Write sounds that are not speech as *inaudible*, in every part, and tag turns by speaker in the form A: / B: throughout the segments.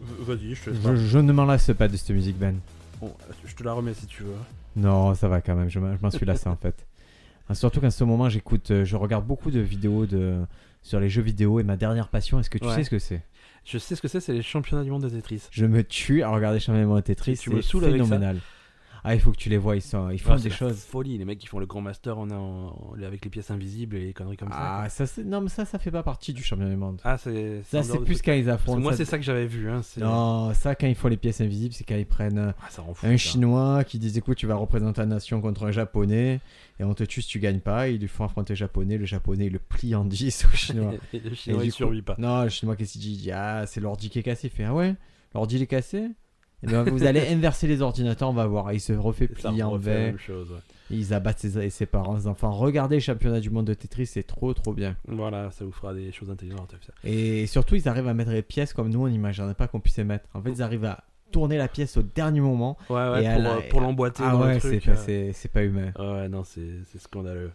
A: vas-y, je te laisse
B: Je, je ne m'en lasse pas de cette musique, Ben.
A: la- bon, je te la remets si tu veux.
B: Non, ça va quand même, je m'en je m'en
A: *laughs*
B: suis lassé en fait. Ah, Surtout qu'en ce moment, j'écoute, euh, je regarde beaucoup de vidéos de, sur les jeux vidéo et ma dernière passion, est-ce que tu
A: Ouais.
B: sais ce que c'est
A: Je sais ce que c'est, c'est les championnats du monde de Tetris.
B: Je me tue à regarder Champion de Tetris,
A: Tu me
B: c'est
A: saoules avec ça.
B: phénoménal. Ah, il faut que tu les vois, ils, sont, ils font
A: Ah, c'est
B: des
A: la
B: choses.
A: Folie, les mecs qui font le grand master en, en- avec les pièces invisibles et les conneries comme ça.
B: Ah, ça, c'est- non, mais ça, ça fait pas partie du championnat du monde.
A: Ah, c'est. en
B: Ça,
A: dehors
B: c'est
A: de
B: plus
A: truc.
B: quand ils
A: Parce que
B: affrontent.
A: moi,
B: ça-
A: c'est ça que j'avais vu. Hein, c'est-
B: Non, ça, quand ils font les pièces invisibles, c'est quand ils prennent euh,
A: Ah, ça rend fou,
B: un
A: ça.
B: Chinois qui dit écoute, tu vas représenter ta nation contre un Japonais et on te tue si tu gagnes pas. Ils lui font affronter le Japonais, le Japonais il le plie en 10 au Chinois.
A: Et *laughs* le Chinois,
B: Et
A: il
B: du coup-
A: survit *laughs* pas.
B: Non, le chinois qu'est-ce qu'il dit Il dit Ah, c'est l'ordi qui est cassé. Il fait Ah ouais L'ordi il est cassé Eh ben,
A: *laughs*
B: vous allez inverser les ordinateurs, on va voir. Et Il se refait
A: Ça
B: plier en
A: refait la
B: V.
A: même chose. ouais.
B: Ils abattent ses, ses parents, ses enfants. Regardez le championnat du monde de Tetris, c'est trop trop bien.
A: Voilà, ça vous fera des choses intelligentes. ça.
B: Et surtout, ils arrivent à mettre les pièces comme nous, on n'imaginait pas qu'on puisse les mettre. En fait, ils arrivent à tourner la pièce au dernier moment.
A: Ouais, ouais,
B: Et à
A: pour,
B: la-
A: euh, pour l'emboîter
B: Ah
A: dans
B: ouais,
A: le truc.
B: c'est pas,
A: euh.
B: c'est- c'est pas humain.
A: Ah ouais, non, c'est c'est scandaleux.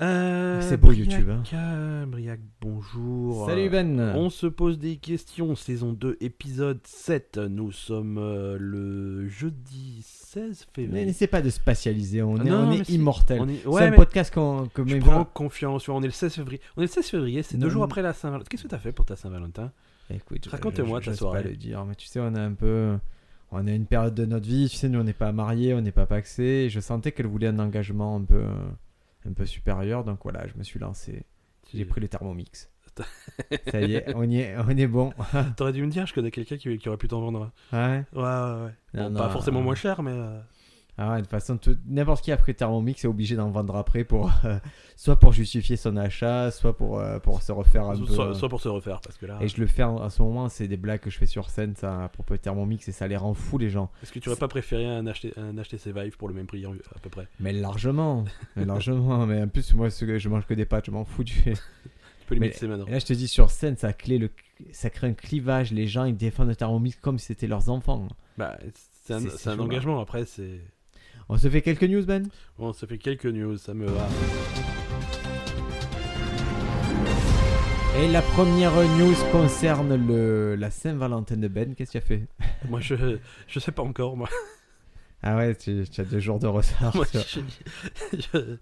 A: Euh,
B: C'est beau,
A: Briac,
B: YouTube, hein.
A: euh, Briac, bonjour.
B: Salut Ben
A: On se pose des questions, saison 2, épisode 7. Nous sommes euh, le jeudi 16
B: Mais
A: février.
B: N'essaie pas de spatialiser, on est,
A: Ah Non,
B: on
A: mais
B: est
A: si.
B: immortel.
A: On est...
B: c'est
A: Ouais,
B: un
A: mais
B: podcast qu'on. qu'on
A: je
B: met-
A: prends confiance. ouais, on est le 16 février. On est le 16 février, c'est deux
B: Non.
A: jours après la Saint-Valentin. Qu'est-ce que t'as fait pour ta Saint-Valentin
B: Eh, Écoute, je-
A: Raconte-moi
B: je-
A: ta
B: j'ose
A: soirée.
B: pas le dire, mais tu sais, on a un peu. On a une période de notre vie, tu sais, nous on n'est pas mariés, on n'est pas paxés. et Je sentais qu'elle voulait un engagement un peu, un peu supérieur, donc voilà, je me suis lancé. J'ai pris
A: *laughs*
B: le Thermomix. Ça y est, on y est, on est bon.
A: Ah, T'aurais dû me dire, je connais quelqu'un qui, qui aurait pu t'en vendre. un.
B: Ouais.
A: Ouais, ouais, ouais.
B: Non,
A: Bon,
B: non,
A: pas forcément
B: euh,
A: moins cher, mais. euh,
B: Ah ouais, de toute façon, tout- n'importe qui a pris Thermomix est obligé d'en vendre après pour, *laughs* euh, soit pour justifier son achat, soit pour, euh, pour se refaire un peu.
A: Soit, soit pour se refaire, parce que là.
B: Et je le fais en- à ce moment, c'est des blagues que je fais sur scène, ça, à propos de Thermomix, et ça les rend fous les gens.
A: Est-ce que tu aurais pas préféré un, acheter, un HTC Vive pour le même prix à peu près
B: Mais *laughs* largement, mais largement. Mais en plus, moi, ce que- je mange que des pâtes, je m'en fous du.
A: Tu peux les
B: Mais- euh,
A: mixer maintenant.
B: *laughs* Et là, je te dis, sur scène, ça crée, le... ça crée un clivage. Les gens, ils défendent le Thermomix comme si c'était leurs enfants.
A: Bah, c'est un,
B: C'est-
A: c'est
B: c'est
A: un
B: chaud,
A: engagement, après, c'est.
B: On se fait quelques news, Ben
A: Bon, ça fait quelques news, ça me va.
B: Et la première news concerne le... la Saint-Valentin de Ben. Qu'est-ce que tu as fait
A: moi, je, je sais pas encore,
B: *laughs*
A: moi.
B: Ah ouais, tu, tu as deux jours de retard.
A: Moi,
B: toi.
A: je- je-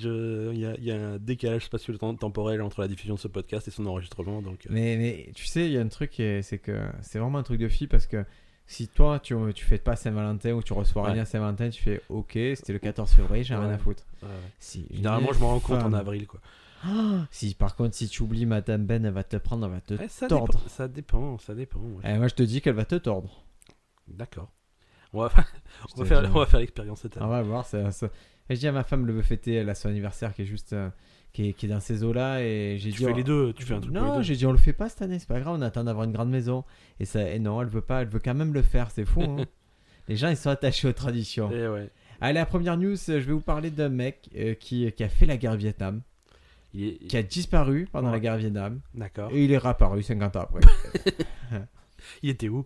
A: je- Il y, a- il y a un décalage spatio-temporel entre la diffusion de ce podcast et son enregistrement, donc. euh,
B: Mais, mais tu sais, il y a un truc, qui est- c'est que c'est vraiment un truc de fille parce que si toi, tu, tu fêtes pas Saint-Valentin ou tu reçois
A: Ouais.
B: rien à Saint-Valentin, tu fais OK, c'était le 14 février, j'ai rien
A: Ouais.
B: à foutre.
A: ouais, ouais.
B: Si,
A: Généralement,
B: une
A: je m'en rends compte en
B: femme-
A: avril, quoi.
B: Ah, si par contre si tu oublies Madame Ben, elle va te prendre, elle va te.
A: Ouais, ça,
B: tordre.
A: dépend, ça dépend, ça dépend. ouais.
B: Eh, moi je te dis qu'elle va te tordre.
A: D'accord. On va,
B: Je
A: on va
B: te
A: faire,
B: dis.
A: on va faire l'expérience cette année.
B: On va voir. Ça, ça- Et Je dis à ma femme, le veut fêter, elle a son anniversaire qui est juste, euh, qui est, qui est dans ces eaux là et j'ai
A: Tu
B: dit.
A: fais
B: oh,
A: les deux, tu fais un truc pour les
B: Non,
A: deux.
B: j'ai dit on le fait pas cette année, c'est pas grave, on attend d'avoir une grande maison. Et ça, et non, elle veut pas, elle veut quand même le faire, c'est fou.
A: *laughs*
B: hein. les gens ils sont attachés aux traditions.
A: Eh ouais.
B: Allez, la première news, euh, je vais vous parler d'un mec euh, qui, qui a fait la guerre au Vietnam,
A: Il est-
B: qui a disparu pendant
A: Ouais.
B: la guerre au Vietnam,
A: D'accord.
B: et il est réapparu 50 ans après.
A: Il était où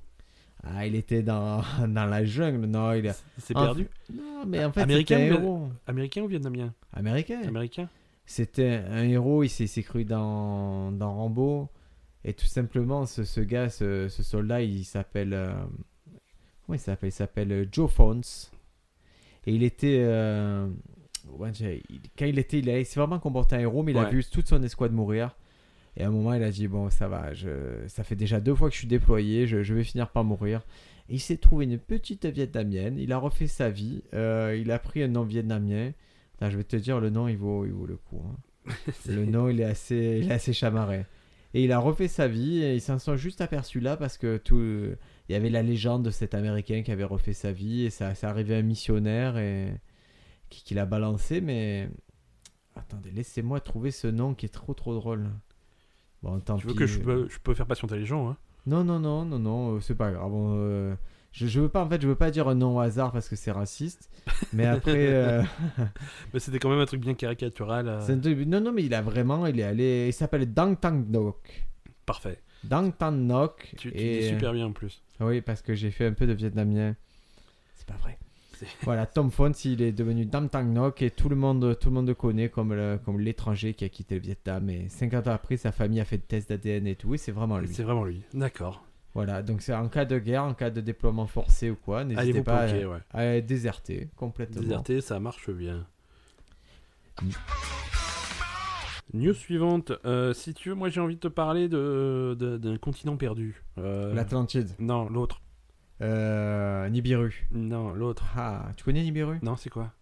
B: Ah, il était dans, *laughs* dans la jungle, non, il est...
A: C'est
B: En-
A: perdu
B: Non, mais en fait,
A: Américain
B: c'était un
A: ou-
B: héros.
A: Américain ou vietnamien
B: Américain.
A: Américain
B: C'était un héros, il s'est s'est cru dans, dans Rambo. Et tout simplement, ce, ce gars, ce, ce soldat, il s'appelle... euh, Comment il s'appelle Il s'appelle euh, Joe Fons. Et il était... euh, ouais, j'ai- il- Quand il était, il, a- il s'est vraiment comporté un héros, mais il a
A: Ouais.
B: vu toute son escouade mourir. Et à un moment, il a dit, bon, ça va, je... ça fait déjà deux fois que je suis déployé, je, je vais finir par mourir. Et il s'est trouvé une petite vietnamienne, il a refait sa vie, euh, il a pris un nom vietnamien. Là, je vais te dire, le nom, il vaut, il vaut le coup. hein. Le nom, il est assez, il est assez chamarré. Et il a refait sa vie et il s'en sont juste aperçu là parce que tout, il y avait la légende de cet Américain qui avait refait sa vie et ça, ça arrivait à un missionnaire et qui, qui l'a balancé. Mais attendez, laissez-moi trouver ce nom qui est trop trop drôle. Bon, tant
A: Tu veux
B: pis.
A: que je peux, je peux faire patienter les gens hein
B: Non, non, non, non, non, euh, c'est pas grave. on, euh, je, je veux pas, en fait, je veux pas dire un nom au hasard parce que c'est raciste. Mais après,
A: *laughs*
B: euh,
A: Mais c'était quand même un truc bien caricatural. euh,
B: c'est un truc- non, non, mais il a vraiment, il est allé, il s'appelle Dang Tang Nok.
A: Parfait.
B: Dang Tan Nok.
A: Tu, tu
B: et...
A: dis super bien en plus.
B: Ah Oui, parce que j'ai fait un peu de vietnamien. C'est pas vrai.
A: C'est-
B: *laughs* Voilà, Tom Font, il est devenu Dang Tang Nok et tout le monde, tout le monde le connaît comme le- comme l'étranger qui a quitté le Vietnam. Et 50 ans après, sa famille a fait des tests d'ADN et tout. Et c'est vraiment Oh, lui.
A: C'est vraiment lui. D'accord.
B: Voilà, donc c'est en cas de guerre, en cas de déploiement forcé ou quoi,
A: Allez
B: n'hésitez
A: vous
B: pas euh, à-
A: planquer, ouais.
B: à, déserter complètement.
A: Déserté, ça marche bien.
B: Mm.
A: News suivante. Euh, si tu veux, moi j'ai envie de te parler de, de- d'un continent perdu. Euh,
B: L'Atlantide.
A: non, l'autre.
B: Euh, Nibiru.
A: Non, l'autre.
B: Ah, tu connais Nibiru
A: Non, c'est quoi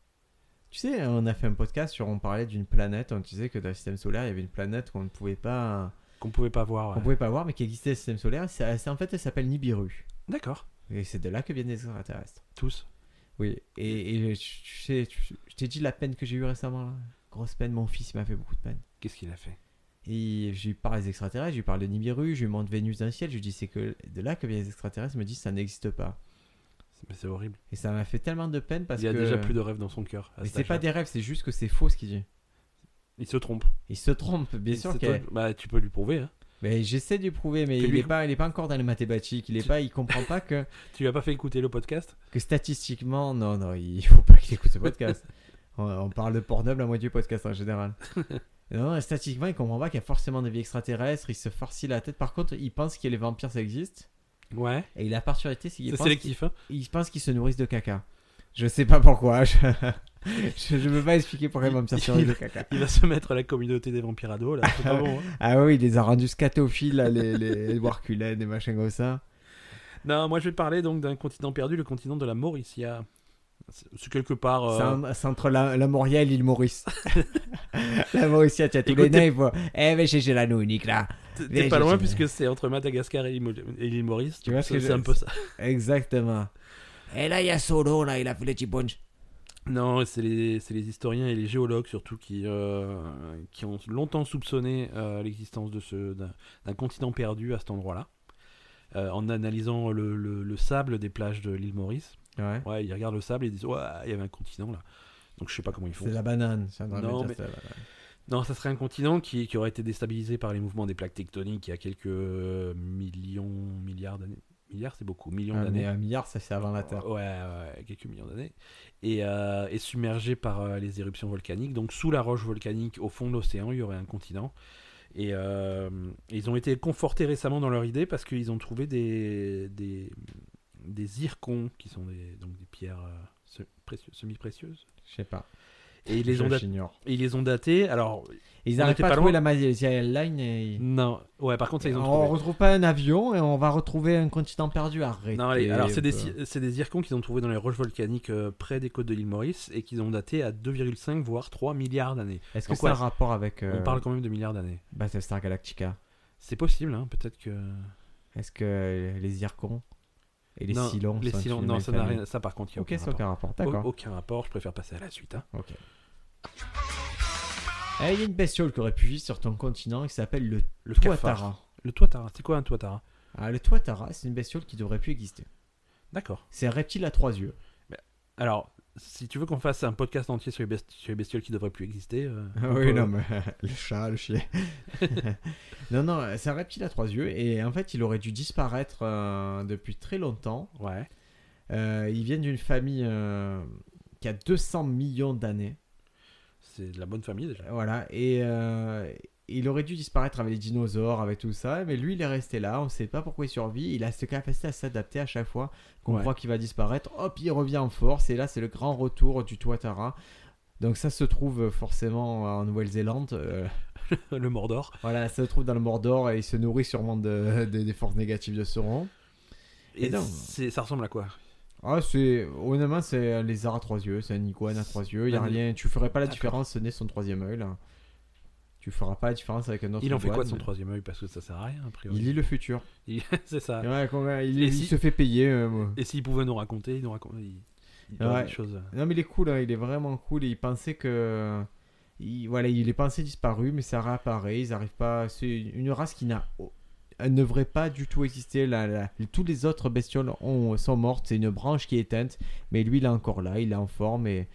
B: Tu sais, on a fait un podcast sur on parlait d'une planète, on disait que dans le système solaire, il y avait une planète qu'on ne pouvait pas
A: Qu'on pouvait pas voir.
B: on
A: ouais.
B: pouvait pas voir mais qui existait dans le système solaire, Ça- c'est en fait elle s'appelle Nibiru.
A: D'accord.
B: Et c'est de là que viennent les extraterrestres.
A: Tous.
B: Oui, et, et tu tu sais, tu- je t'ai dit la peine que j'ai eue récemment là. Grosse peine, mon fils il m'a fait beaucoup de peine.
A: Qu'est-ce qu'il a fait
B: Et je lui parle des extraterrestres, je lui parle de Nibiru, je lui montre Vénus dans le ciel, je lui dis c'est que de là que viennent les extraterrestres, il me dit ça n'existe pas.
A: C'est- mais C'est horrible.
B: Et ça m'a fait tellement de peine parce
A: Il y a
B: que.
A: déjà plus de Ah, rêves dans son cœur. à
B: Mais
A: cet
B: c'est pas
A: âge-là.
B: des rêves, c'est juste que c'est faux ce qu'il dit.
A: Il se trompe.
B: Il se trompe, bien
A: Il
B: sûr.
A: se
B: qu'elle-
A: trompe. Bah, tu peux lui prouver. hein.
B: Mais j'essaie de lui prouver, mais
A: Tu
B: il
A: lui-
B: n'est pas, il est pas encore dans les mathématiques. Il est
A: Tu-
B: pas, il comprend pas que,
A: Tu lui as pas fait écouter le podcast
B: que statistiquement, non, non, il *laughs* faut pas qu'il écoute ce podcast. on, on parle de Pornhub la moitié du podcast en général. Non, non, statistiquement, il comprend pas qu'il y a forcément des vies extraterrestres. Il se farcit la tête. Par contre, il pense que les vampires ça existe.
A: Ouais.
B: Et la particularité, c'est qu'il
A: C'est
B: pense
A: sélectif. hein.
B: qu'il- il pense qu'ils se nourrissent de caca. Je sais pas pourquoi. Je *laughs* je ne peux pas expliquer pourquoi les
A: Il-
B: vampires
A: il-
B: se nourrissent
A: *laughs*
B: de caca.
A: Il va se mettre à la communauté des vampires ados là. C'est
B: *laughs*
A: pas bon. hein.
B: Ah oui, il les a rendus scatophiles, là, les, les Edouard Cullen et machin comme ça.
A: Non, moi je vais parler donc d'un continent perdu, le continent de la Mauricia. C'est c'est quelque part. euh,
B: C'est un- C'est entre la, la Moria et
A: *laughs*
B: l'île Maurice. *laughs* la Mauricia, tu as tous
A: Écoutez-
B: les nains, quoi. Eh, mais j'ai j'ai l'anneau unique là.
A: t'es- T'es
B: Mais
A: pas
B: je-
A: loin
B: je-
A: puisque c'est entre Madagascar et l'île Mo- et l'île Maurice.
B: Tu vois ce
A: C'est
B: que
A: c'est
B: je-
A: un peu ça.
B: Exactement. Et là, il y a Solo, là, il a fait le chibonge.
A: Non, c'est les, c'est les historiens et les géologues surtout qui, euh, qui ont longtemps soupçonné euh, l'existence de ce d'un d'un continent perdu à cet endroit-là. Euh, en analysant le, le- le sable des plages de l'île Maurice.
B: Ouais.
A: Ouais, ils regardent le sable et ils disent Ouais, il y avait un continent là. Donc je sais pas comment ils font.
B: C'est la banane. ça devrait
A: Non,
B: bien
A: mais-
B: dire ça, la banane.
A: Non, ça serait un continent qui, qui aurait été déstabilisé par les mouvements des plaques tectoniques il y a quelques euh, millions, milliards d'années. Milliards, c'est beaucoup, millions
B: Ah, mais
A: d'années.
B: un milliard, ça c'est avant la Terre.
A: Ouais, ouais, ouais, quelques millions d'années. Et, euh, et submergé par euh, les éruptions volcaniques. Donc, sous la roche volcanique, au fond de l'océan, il y aurait un continent. Et euh, ils ont été confortés récemment dans leur idée parce qu'ils ont trouvé des, des, des zircons, qui sont des, donc des pierres euh, se- précieuses- semi-précieuses.
B: Je sais pas.
A: Et ils Euh, les ont
B: Je-
A: datés.
B: J'ignore.
A: Ils les ont datés. Alors, On
B: Ils n'arrivent
A: était
B: pas à
A: pas
B: trouver
A: loin.
B: la Malaysia Line et. ils-
A: non. Ouais, par contre, ça, ils ont trouvé.
B: On retrouve pas un avion et on va retrouver un continent perdu. euh, Arrête.
A: Non, allez, alors c'est des, c'est des zircons qu'ils ont trouvés dans les roches volcaniques euh, près des côtes de l'île Maurice et qu'ils ont daté à 2,5 voire 3 milliards d'années.
B: Est-ce que
A: Pourquoi
B: c'est un rapport avec euh,
A: On parle quand même de milliards d'années.
B: Battlestar Galactica
A: C'est possible, hein, peut-être que.
B: Est-ce que euh, les zircons et les hein,
A: non,
B: silons
A: les
B: sont
A: silons,
B: une
A: non,
B: même
A: ça n'a
B: famille
A: rien. Ça, par contre, il n'y a
B: Ok, c'est
A: aucun, rapport.
B: aucun rapport.
A: Au-
B: D'accord.
A: aucun rapport, je préfère passer à la suite. hein.
B: Ok. Eh, Il y a une bestiole qui aurait pu vivre sur ton continent qui s'appelle le
A: Le cafard.
B: Tuatara.
A: Le Tuatara, c'est quoi un Tuatara
B: Ah, le Tuatara, c'est une bestiole qui devrait plus exister.
A: D'accord.
B: C'est un reptile à trois yeux.
A: Alors, si tu veux qu'on fasse un podcast entier sur les, best- sur les bestioles qui devraient plus exister. euh,
B: Ah
A: on
B: oui,
A: peut-
B: non, mais *laughs* le chat, le chien. *laughs* non, non, c'est un reptile à trois yeux et en fait, il aurait dû disparaître euh, depuis très longtemps.
A: Ouais.
B: Euh, ils viennent d'une famille euh, qui a 200 millions d'années.
A: C'est de la bonne famille déjà. *laughs*
B: Voilà, et euh, il aurait dû disparaître avec les dinosaures, avec tout ça, mais lui, il est resté là, on sait pas pourquoi il survit, il a cette capacité à s'adapter à chaque fois qu'on
A: Ouais.
B: croit qu'il va disparaître, hop, il revient en force, et là, c'est le grand retour du Tuatara. Donc ça se trouve euh, forcément en Nouvelle-Zélande, euh, *laughs*
A: le Mordor.
B: voilà, ça se trouve dans le Mordor, et il se nourrit sûrement de- *laughs* de- des forces négatives de Sauron.
A: Et,
B: Et non.
A: c'est- ça ressemble à quoi
B: Ah, c'est... Honnêtement, c'est un lézard à trois yeux, c'est un iguane à trois yeux, il y a
A: Un-
B: rien, tu ferais pas la
A: D'accord.
B: différence, ce n'est son troisième œil, là. Tu feras pas la différence avec un autre
A: Il en fait quoi
B: iguane,
A: de son
B: mais-
A: troisième œil Parce que ça sert à rien, a priori.
B: Il lit le futur.
A: Il- *laughs* c'est ça.
B: Ouais, quand même, il,
A: Et
B: il
A: si-
B: se fait payer. euh, moi.
A: Et s'il pouvait nous raconter, il nous raconte. Il... il parle
B: Ouais.
A: des choses.
B: Non, mais il est cool, hein, il est vraiment cool. Et il pensait que. Il, voilà, il est pensé disparu, mais ça réapparaît. Ils arrivent pas. C'est une race qui n'a. Elle ne devrait pas du tout exister. La, la- tous les autres bestioles ont, sont mortes. C'est une branche qui est éteinte. Mais lui, il est encore là. Il est en forme. Et,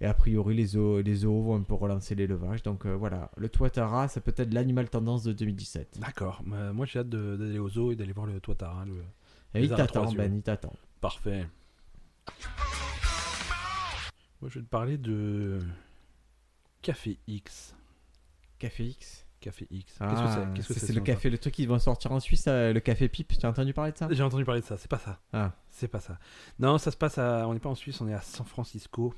B: et a priori, les eaux, les eaux vont un peu relancer l'élevage. Donc euh, voilà. Le Tuatara, c'est peut-être l'animal tendance de 2017.
A: D'accord. Bah, moi, j'ai hâte de- d'aller au zoo et d'aller voir le Toitara. hein, le...
B: Et
A: Les
B: il
A: arbres à trois
B: t'attend,
A: yeux.
B: Ben. Il t'attend.
A: Parfait. Moi, je vais te parler de Café X.
B: Café X.
A: Café X. Qu'est-ce que
B: Ah,
A: c'est Qu'est-ce que
B: c'est le
A: sinon, ça
B: café, le truc qui vont sortir en Suisse, euh, le café pipe. T'as entendu parler de ça
A: J'ai entendu parler de ça, c'est pas ça.
B: Ah.
A: C'est pas ça. Non, ça se passe à. On n'est pas en Suisse, on est à San Francisco,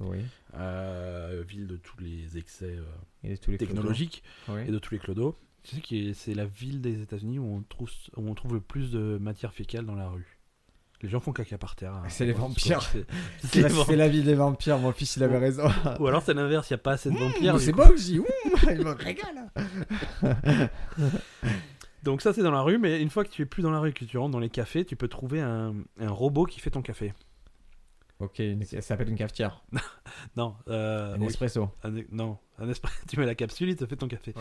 B: Oui.
A: euh, ville de tous les excès euh,
B: Et tous les
A: technologiques
B: clodos. Oui.
A: et de tous les clodos. Tu sais que c'est la ville des États-Unis où, on trouve- où on trouve le plus de matière fécale dans la rue. Les gens font caca par terre. à
B: C'est les
A: San
B: vampires. *laughs*
A: Francisco. C'est-
B: C'est
A: c'est
B: la,
A: les
B: c'est la vie des vampires, mon fils, il avait
A: Oh.
B: raison.
A: vampires. Ou alors c'est l'inverse, il n'y a pas assez de vampires.
B: Ouh,
A: du
B: c'est
A: coup.
B: bon, je dis, ouh, *laughs* il me régale.
A: Donc ça c'est dans la rue, mais une fois que tu es plus dans la rue, que tu rentres dans les cafés, tu peux trouver un, un robot qui fait ton café.
B: Ok, une- ça s'appelle une cafetière.
A: Non, euh,
B: un
A: oui,
B: espresso.
A: un e- non, un espr- *laughs* tu mets la capsule, il te fait ton café.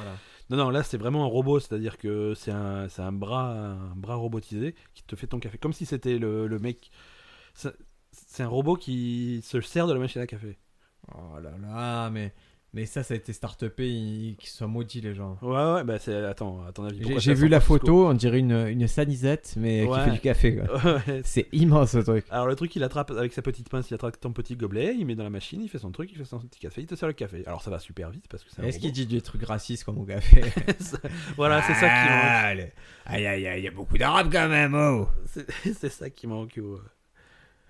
A: Non, non, là c'est vraiment un robot, c'est-à-dire que c'est un, c'est un bras, un bras robotisé qui te fait ton café, comme si c'était le, le mec. C'est c'est un robot qui se sert de la machine à café.
B: Oh là là, mais, mais ça, ça a été start-upé, ils- qu'ils soient maudits, les gens.
A: Ouais, ouais, bah c'est. Attends, à ton avis.
B: J'ai
A: pourquoi
B: j'ai
A: ça
B: vu la
A: San Francisco
B: photo, on dirait une, une sanisette, mais qui
A: Ouais.
B: fait du
A: *laughs*
B: café. quoi.
A: Ouais.
B: C'est immense ce truc.
A: Alors le truc, il attrape avec sa petite pince, il attrape ton petit gobelet, il met dans la machine, il fait son truc, il fait son petit café, il te sert le café. Alors ça va super vite parce que c'est un
B: Est-ce qu'il
A: robot.
B: dit des trucs racistes comme au café
A: Voilà, c'est ça qui manque.
B: Allez, aïe, aïe, aïe, il y a beaucoup d'arabes quand même, oh
A: C'est- *laughs* C'est ça qui manque. au-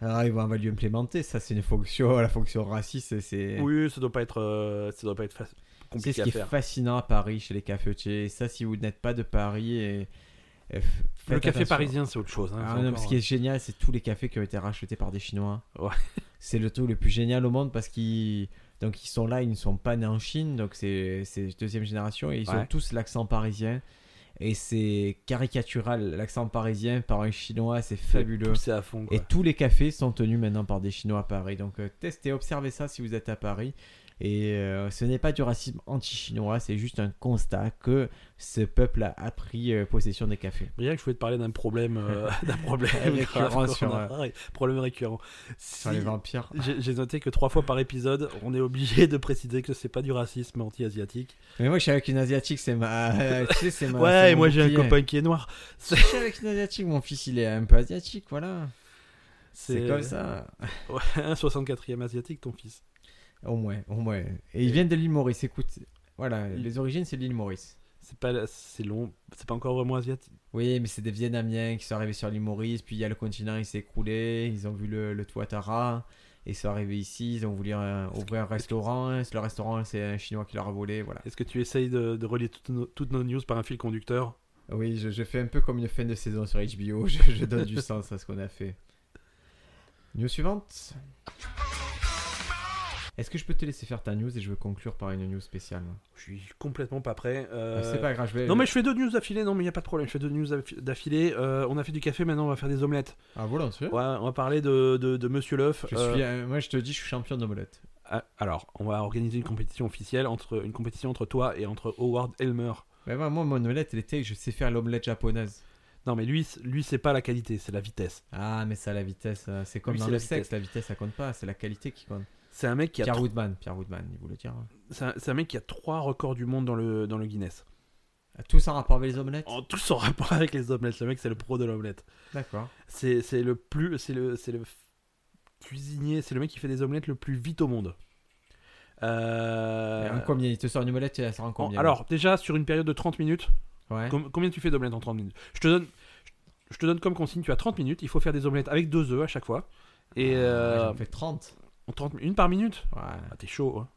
B: Alors, Ah, ils vont on va lui implémenter, ça, c'est une fonction, *laughs* la fonction raciste, c'est...
A: Oui, ça doit pas être, euh, ça doit pas être fa-
B: C'est
A: compliqué
B: ce
A: à
B: qui
A: faire.
B: est fascinant à Paris chez les cafetiers. Et ça, si vous n'êtes pas de Paris, et, et f-
A: Le
B: faites
A: café
B: attention.
A: parisien, c'est autre chose. hein,
B: Ah
A: c'est
B: non, mais
A: encore-
B: ce qui est génial, c'est tous les cafés qui ont été rachetés par des Chinois.
A: Ouais.
B: *laughs* C'est le truc le plus génial au monde parce qu'ils donc ils sont là, ils ne sont pas nés en Chine, donc c'est c'est deuxième génération et ils ont
A: Ouais.
B: tous l'accent parisien. Et c'est caricatural, l'accent parisien par un Chinois, c'est fabuleux.
A: Poussé à fond. quoi.
B: Et tous les cafés sont tenus maintenant par des Chinois à Paris. Donc euh, testez, observez ça si vous êtes à Paris. Et euh, ce n'est pas du racisme anti-chinois, c'est juste un constat que ce peuple a, a pris euh, possession des cafés.
A: Briac, je voulais te parler d'un problème, euh, *laughs* d'un problème
B: Récurrent
A: grave qu'on
B: sur,
A: a. Ouais, problème récurrent. Si-
B: Sur les vampires.
A: J'ai j'ai noté que trois fois par épisode, on est obligé de préciser que c'est pas du racisme anti-asiatique.
B: Mais moi je suis avec une asiatique, c'est ma... euh, tu sais, c'est ma-
A: ouais,
B: c'est
A: et
B: mon
A: moi j'ai un
B: bouclier.
A: copain qui est noir. C'est-
B: Je suis avec une asiatique, mon fils il est un peu asiatique, voilà. C'est comme ça.
A: *laughs* Ouais, un 64e asiatique, ton fils.
B: Au moins, au moins. Et ils viennent de l'île Maurice, écoute. Voilà, les origines c'est l'île Maurice.
A: C'est pas, c'est long, c'est pas encore vraiment asiatique.
B: Oui, mais c'est des Vietnamiens qui sont arrivés sur l'île Maurice, puis il y a le continent, il s'est écroulé, ils ont vu le, le Tuatara, et ils sont arrivés ici, ils ont voulu euh, ouvrir un restaurant, hein, le restaurant c'est un Chinois qui leur a volé, voilà.
A: Est-ce que tu essayes de, de relier toutes nos, toutes nos news par un fil conducteur
B: Oui, je, je fais un peu comme une fin de saison sur HBO, *laughs* je, je donne du sens à ce qu'on a fait. News suivante Est-ce que je peux te laisser faire ta news et je veux conclure par une news spéciale moi
A: Je suis complètement pas prêt. euh,
B: C'est pas grave, je vais...
A: Non mais je fais deux news d'affilée, non mais y a pas de problème, je fais deux news d'affi- d'affilée. Euh, on a fait du café, maintenant on va faire des omelettes.
B: Ah, volontiers
A: Ouais, on va parler de, de, de Monsieur Lœuf.
B: je
A: Euh,
B: suis, euh, Moi je te dis, je suis champion d'omelette.
A: ah, alors, on va organiser une compétition officielle entre une compétition entre toi et entre Howard Elmer.
B: Mais moi, moi, mon omelette, elle était, je sais faire l'omelette japonaise.
A: Non, mais lui, c- lui c'est pas la qualité, c'est la vitesse.
B: Ah, mais ça, la vitesse, euh, c'est comme
A: Oui,
B: dans
A: c'est
B: le
A: la
B: sexe, la vitesse ça compte pas, c'est la qualité qui compte.
A: C'est un mec qui a
B: Pierre
A: tro-
B: Woodman, Pierre Woodman, il vous le dire. hein.
A: c'est un, c'est un mec qui a trois records du monde dans le dans le Guinness.
B: Tous en rapport avec les omelettes
A: En tout son *laughs* rapport avec les omelettes, le mec c'est le pro de l'omelette.
B: D'accord.
A: C'est c'est le plus c'est le c'est le f- cuisinier, c'est le mec qui fait des omelettes le plus vite au monde. Euh,
B: En combien Il te sort une omelette, tu la sors en
A: en-
B: combien
A: alors déjà sur une période de 30 minutes,
B: Ouais.
A: Com- combien tu fais d'omelettes en 30 minutes Je te donne je te donne comme consigne, tu as 30 minutes, il faut faire des omelettes avec deux œufs à chaque fois. Et euh,
B: Ah, J'en fais 30.
A: en 30 une par minute
B: Ouais.
A: Ah, t'es chaud, hein.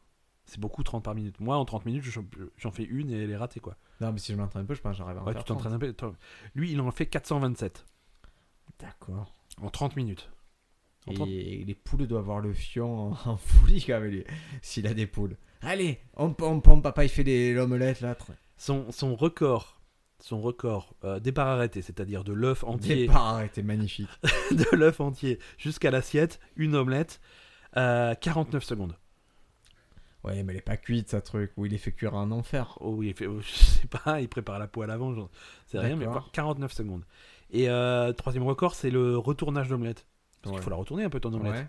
A: C'est beaucoup 30 par minute. Moi, en 30 minutes, je- j'en fais une et elle est ratée, quoi.
B: Non, mais si je m'entraîne un peu, je pense que j'arrive à en
A: Ouais,
B: faire
A: tu t'entraînes un peu. Attends. Lui, il en fait 427
B: 30. D'accord.
A: en 30 minutes. En 30
B: Et les poules doivent avoir le fion en, *laughs* en folie quand même, lui, s'il a des poules. Allez, on pompe, pompe, papa, il fait les- l'omelette là. tr-
A: Son, son record, son record, euh, départ arrêté, c'est-à-dire de l'œuf entier,
B: Départ arrêté, magnifique.
A: *laughs* de l'œuf entier jusqu'à l'assiette, une omelette, euh, 49 secondes.
B: Ouais, mais elle est pas cuite, ça truc, ou il est fait cuire en enfer.
A: Oh oui, il fait- je sais pas, *laughs* il prépare la poêle avant, j'en- c'est rien, mais
B: D'accord.
A: quoi, 49 secondes. Et euh, troisième record, c'est le retournage d'omelette. Parce
B: Ouais.
A: qu'il faut la retourner un peu ton omelette.
B: Ouais.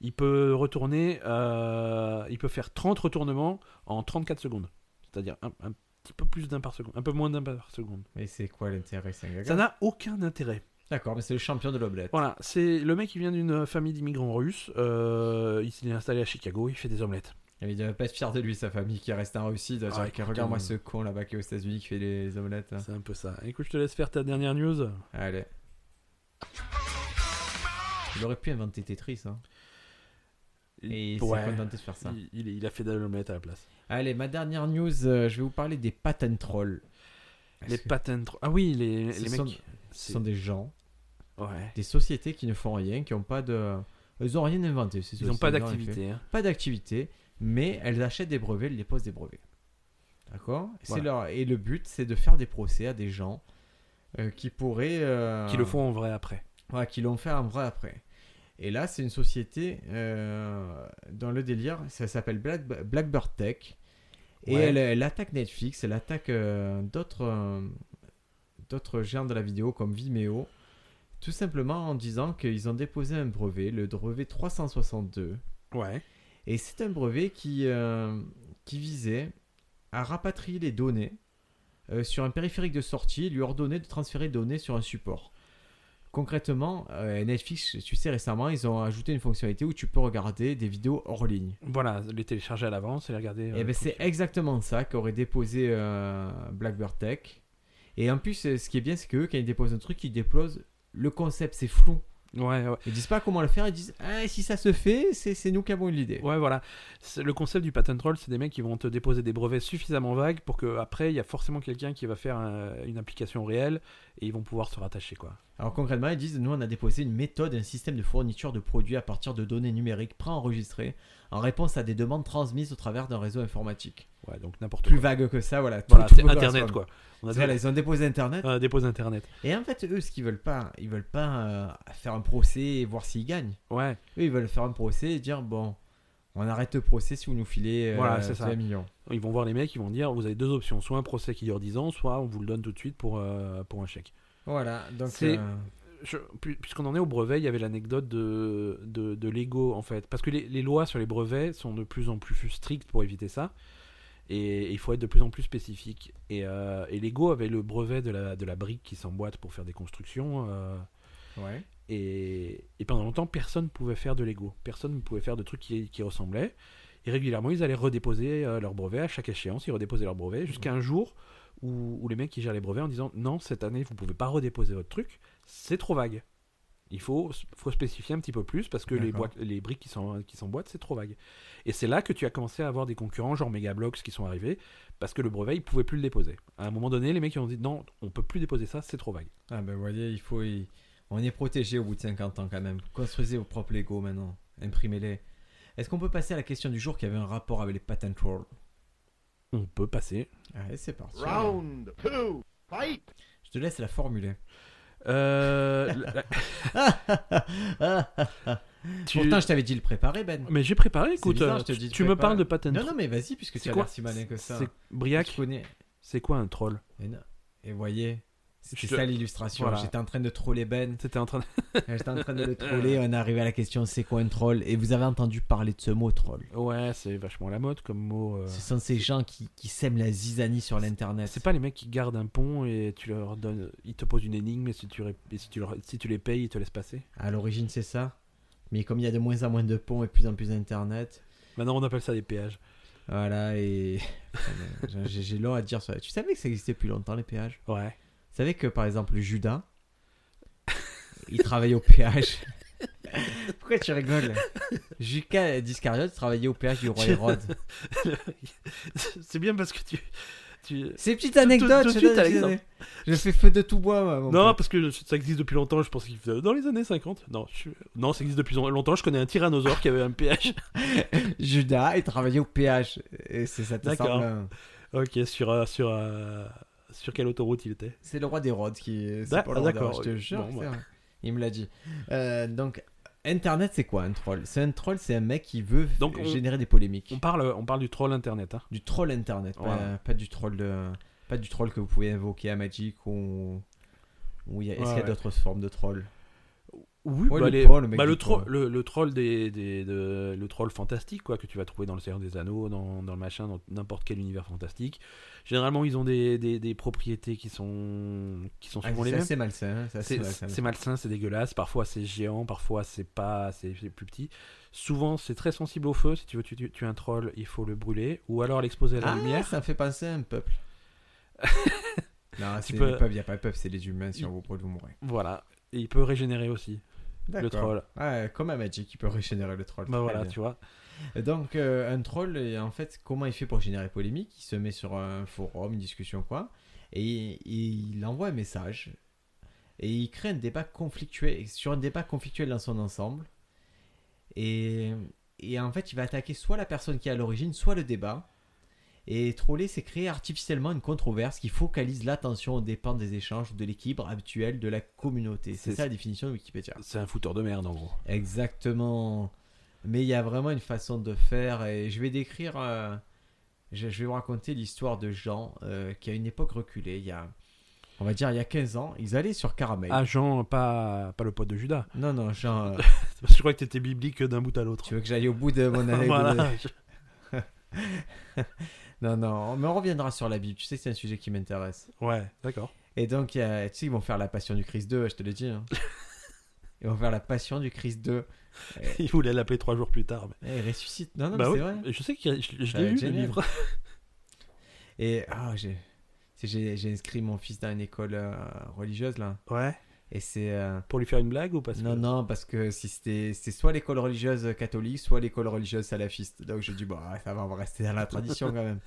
A: Il peut retourner, euh, il peut faire 30 retournements en 34 secondes. C'est-à-dire un, un petit peu plus d'un par seconde, un peu moins d'un par seconde.
B: Mais c'est quoi l'intérêt C'est un gaga
A: Ça n'a aucun intérêt.
B: D'accord, mais c'est le champion de l'omelette.
A: Voilà, c'est le mec qui vient d'une famille d'immigrants russes. euh, il s'est installé à Chicago, il fait des omelettes.
B: Il devait pas être fier de lui, sa famille qui est restée en Russie. doit
A: Ah,
B: dire,
A: écoute,
B: Regarde-moi
A: euh,
B: ce con là-bas qui est aux États-Unis qui fait les omelettes. là.
A: C'est un peu ça. Écoute, je te laisse faire ta dernière news.
B: Allez. Il aurait pu inventer Tetris. Hein. Et il s'est
A: Ouais.
B: contenté de faire ça.
A: Il, il- il a fait de l'omelette à la place.
B: Allez, ma dernière news, euh, je vais vous parler des patent trolls.
A: Les
B: Parce que
A: patentes. Ah oui, les,
B: ce
A: les
B: sont-
A: mecs.
B: Ce
A: c'est-
B: sont des gens,
A: Ouais.
B: des sociétés qui ne font rien, qui n'ont pas de. Elles n'ont rien inventé. ces
A: Ils n'ont
B: sociétés,
A: pas
B: en effet.
A: d'activité. hein.
B: Pas d'activité, mais elles achètent des brevets, elles déposent des brevets. D'accord C'est
A: Voilà.
B: leur... Et le but, c'est de faire des procès à des gens euh, qui pourraient. euh,
A: Qui le font en vrai après.
B: Ouais, qui l'ont fait en vrai après. Et là, c'est une société euh, dans le délire, ça s'appelle Black, Blackbird Tech. Et
A: Ouais.
B: elle, elle attaque Netflix, elle attaque euh, d'autres euh, d'autres géants de la vidéo comme Vimeo, tout simplement en disant qu'ils ont déposé un brevet, le brevet 362.
A: Ouais.
B: Et c'est un brevet qui, euh, qui visait à rapatrier les données euh, sur un périphérique de sortie et lui ordonner de transférer les données sur un support. Concrètement, euh, Netflix, tu sais, récemment, ils ont ajouté une fonctionnalité où tu peux regarder des vidéos hors ligne.
A: Voilà, les télécharger à l'avance et les regarder.
B: et
A: euh,
B: ben c'est
A: tranquille.
B: exactement ça qu'aurait déposé euh, Blackbird Tech. Et en plus, euh, ce qui est bien, c'est que quand ils déposent un truc, ils déposent le concept, c'est flou.
A: Ouais, ouais.
B: Ils disent pas comment le faire, ils disent ah, si ça se fait, c'est c'est nous qui avons eu l'idée.
A: Ouais, voilà. C'est- Le concept du patent troll, c'est des mecs qui vont te déposer des brevets suffisamment vagues pour que après il y a forcément quelqu'un qui va faire un- une application réelle et ils vont pouvoir se rattacher, quoi.
B: Alors concrètement, ils disent, nous on a déposé une méthode, un système de fourniture de produits à partir de données numériques préenregistrées en réponse à des demandes transmises au travers d'un réseau informatique.
A: Ouais, donc n'importe
B: Plus
A: quoi.
B: vague que ça, voilà. tout-
A: Voilà,
B: tout
A: c'est
B: peut
A: Internet,
B: correspondre.
A: quoi. On a *laughs*
B: Voilà, ils ont déposé Internet.
A: euh, dépose Internet.
B: Et en fait, eux, ce qu'ils veulent pas, ils veulent pas euh, faire un procès et voir s'ils gagnent.
A: Ouais,
B: Eux, ils veulent faire un procès et dire, bon, on arrête le procès si vous nous filez euh,
A: Voilà, c'est ça.
B: 20 millions.
A: ils vont voir les mecs, ils vont dire vous avez deux options, soit un procès qui dure 10 ans, soit on vous le donne tout de suite pour, euh, pour un chèque.
B: Voilà, donc...
A: C'est-
B: euh,
A: Je- pu- Puisqu'on en est au brevet, il y avait l'anecdote de, de, de Lego en fait. Parce que les, les lois sur les brevets sont de plus en plus strictes pour éviter ça. Et il faut être de plus en plus spécifique. Et, euh, et Lego avait le brevet de la, de la brique qui s'emboîte pour faire des constructions. euh,
B: ouais.
A: et, et pendant longtemps, personne ne pouvait faire de Lego. Personne ne pouvait faire de trucs qui, qui ressemblaient. Et régulièrement, ils allaient redéposer euh, leur brevet. À chaque échéance, ils redéposaient leur brevet. Jusqu'à un jour où, où les mecs qui gèrent les brevets en disant Non, cette année, vous pouvez pas redéposer votre truc. C'est trop vague. Il faut, faut spécifier un petit peu plus parce que les,
B: D'accord.
A: boîtes, les briques qui s'en- qui s'emboîtent, c'est trop vague. Et c'est là que tu as commencé à avoir des concurrents, genre Megablox, qui sont arrivés parce que le brevet, ils pouvaient plus le déposer. À un moment donné, les mecs ils ont dit Non, on peut plus déposer ça, c'est trop vague.
B: Ah ben vous voyez, il faut... y- On est protégé au bout de 50 ans quand même. Construisez vos propres Lego maintenant. Imprimez-les. Est-ce qu'on peut passer à la question du jour qui avait un rapport avec les patent trolls
A: On peut passer
B: Allez, c'est parti.
C: Round two, fight!
B: Je te laisse la formuler.
A: Euh, la- *laughs* la- tu-
B: *laughs* Pourtant, je t'avais dit le préparer, Ben.
A: Mais j'ai préparé,
B: C'est
A: écoute.
B: bizarre,
A: euh,
B: je te dis de
A: tu me
B: préparer.
A: parles de patent
B: Non, non, mais vas-y, puisque tu
A: C'est
B: as
A: quoi hein.
B: l'air si malin que ça.
A: C'est-
B: Tu
A: Briac,
B: connais.
A: c'est quoi un troll
B: Mais non. Et voyez, c'était
A: Je te-
B: ça l'illustration.
A: Voilà. Euh.
B: J'étais en train de troller Ben.
A: *laughs* C'était en train de...
B: J'étais en train de le troller. On est arrivé à la question c'est quoi un troll Et vous avez entendu parler de ce mot troll.
A: Ouais, c'est vachement la mode comme mot. euh.
B: Ce sont ces gens qui, qui sèment la zizanie sur l'internet.
A: C'est pas les mecs qui gardent un pont et tu leur donnes... Ils te posent une énigme et si tu, ré- et si tu, leur- si tu les payes, ils te laissent passer.
B: À l'origine, c'est ça. Mais comme il y a de moins en moins de ponts et de plus en plus d'internet,
A: Maintenant, on appelle ça des péages.
B: voilà, et. *laughs* Enfin, euh, J'ai j'ai long à dire sur ça. Tu savais que ça existait depuis longtemps, les péages
A: Ouais.
B: Tu savais que, par exemple, Judas, il travaillait
A: *laughs*
B: au péage. Pourquoi tu rigoles Judas d'Iscariote travaillait au péage du roi Hérode.
A: *laughs* *laughs* c'est bien parce que tu... tu...
B: C'est une petite anecdote,
A: tout de
B: je
A: suite,
B: donne, je
A: Alexandre.
B: donne. Je fais feu de tout bois, moi, mon
A: Non,
B: pote.
A: parce que ça existe depuis longtemps, je pense qu'il faisait dans les années 50. Non, je- non, ça existe depuis longtemps, je connais un tyrannosaure qui avait un péage.
B: Judas, il travaillait au péage. Et c'est ça, te
A: D'accord.
B: semble, euh,
A: Ok, sur, euh, sur, euh, sur quelle autoroute il était
B: C'est le roi des rods qui. c'est
A: D'ac-
B: pas le roi des
A: d'accord,
B: rods, je te
A: oui.
B: jure,
A: Bon,
B: c'est
A: bah.
B: vrai. Il me l'a dit. Euh, donc, Internet, c'est quoi un troll C'est un troll, c'est un mec qui veut f-
A: Donc, on-
B: générer des polémiques.
A: On parle, euh, on parle du troll internet. hein.
B: Du troll Internet, pas,
A: Ouais.
B: pas du troll de, pas du troll que vous pouvez invoquer à Magic ou. ou il y a- Est-ce
A: Ouais,
B: qu'il y a
A: ouais.
B: d'autres formes de troll
A: Oui,
B: Ouais,
A: bah,
B: le
A: les-
B: troll, le mec
A: bah,
B: du
A: le, tro-
B: troll.
A: le- le troll des, des- de- le troll fantastique quoi que tu vas trouver dans le Seigneur des Anneaux, dans, dans le machin, dans n'importe quel univers fantastique. Généralement, ils ont des, des- des propriétés qui sont qui sont
B: Ah,
A: souvent les
B: c'est
A: mêmes.
B: assez malsain. hein, c'est assez
A: C'est
B: malsain.
A: c'est malsain, c'est dégueulasse. Parfois c'est géant, parfois c'est pas, c'est c'est plus petit. Souvent c'est très sensible au feu. Si tu veux tu- tu- tuer un troll, il faut le brûler ou alors l'exposer à la
B: Ah,
A: lumière.
B: ça me fait penser à
A: *laughs*
B: un peuple. non, c'est
A: peux-
B: le peuple, il n'y a pas de peuple, c'est les humains. Si
A: Il-
B: on vous brûle, vous mourrez.
A: Voilà. Et il peut régénérer aussi le
B: D'accord.
A: troll.
B: Ouais, comme un Magic, il peut régénérer le troll.
A: Bah
B: très
A: voilà,
B: bien.
A: tu vois.
B: Donc, euh, un troll, et en fait, comment il fait pour générer polémique Il se met sur un forum, une discussion, quoi, et, et il envoie un message, et il crée un débat conflictuel, sur un débat conflictuel dans son ensemble, et, et en fait, il va attaquer soit la personne qui est à l'origine, soit le débat. Et troller, c'est créer artificiellement une controverse qui focalise l'attention aux dépens des échanges, de l'équilibre habituel de la communauté. C'est
A: C'est-
B: ça la définition de Wikipédia.
A: C'est un fouteur de merde en gros.
B: Exactement. Mais il y a vraiment une façon de faire et je vais décrire, euh, je, je vais vous raconter l'histoire de gens euh, qui à une époque reculée, il y a, on va dire il y a 15 ans, ils allaient sur Caramel.
A: Ah Jean, pas pas le pote de Judas.
B: Non, non,
A: *laughs*
B: genre, euh,
A: Parce que je crois que t'étais biblique d'un bout à l'autre. Ah,
B: tu veux que j'aille au bout de
A: *laughs*
B: mon anecdote
A: Voilà.
B: Non, non, mais on reviendra sur la Bible, tu sais que c'est un sujet qui m'intéresse.
A: Ouais, d'accord.
B: Et donc, il y a- tu sais, ils vont faire la Passion du Christ 2, je te le dis. hein. Ils vont faire la Passion du Christ 2.
A: *laughs* Il voulait l'appeler trois jours plus tard. mais-
B: Eh, il ressuscite. Non, non,
A: Bah
B: mais
A: oui,
B: c'est vrai.
A: Je sais que je, je
B: Ça va
A: l'ai
B: être
A: eu le
B: génial. *laughs*
A: livre.
B: Et ah, j'ai, c'est- j'ai, j'ai inscrit mon fils dans une école euh, religieuse là.
A: Ouais.
B: Et c'est euh,
A: Pour lui faire une blague ou parce
B: non
A: que...
B: non parce que si c'était c'est soit l'école religieuse catholique, soit l'école religieuse salafiste. Donc je dis bon ah, ça va on va rester dans la tradition quand même.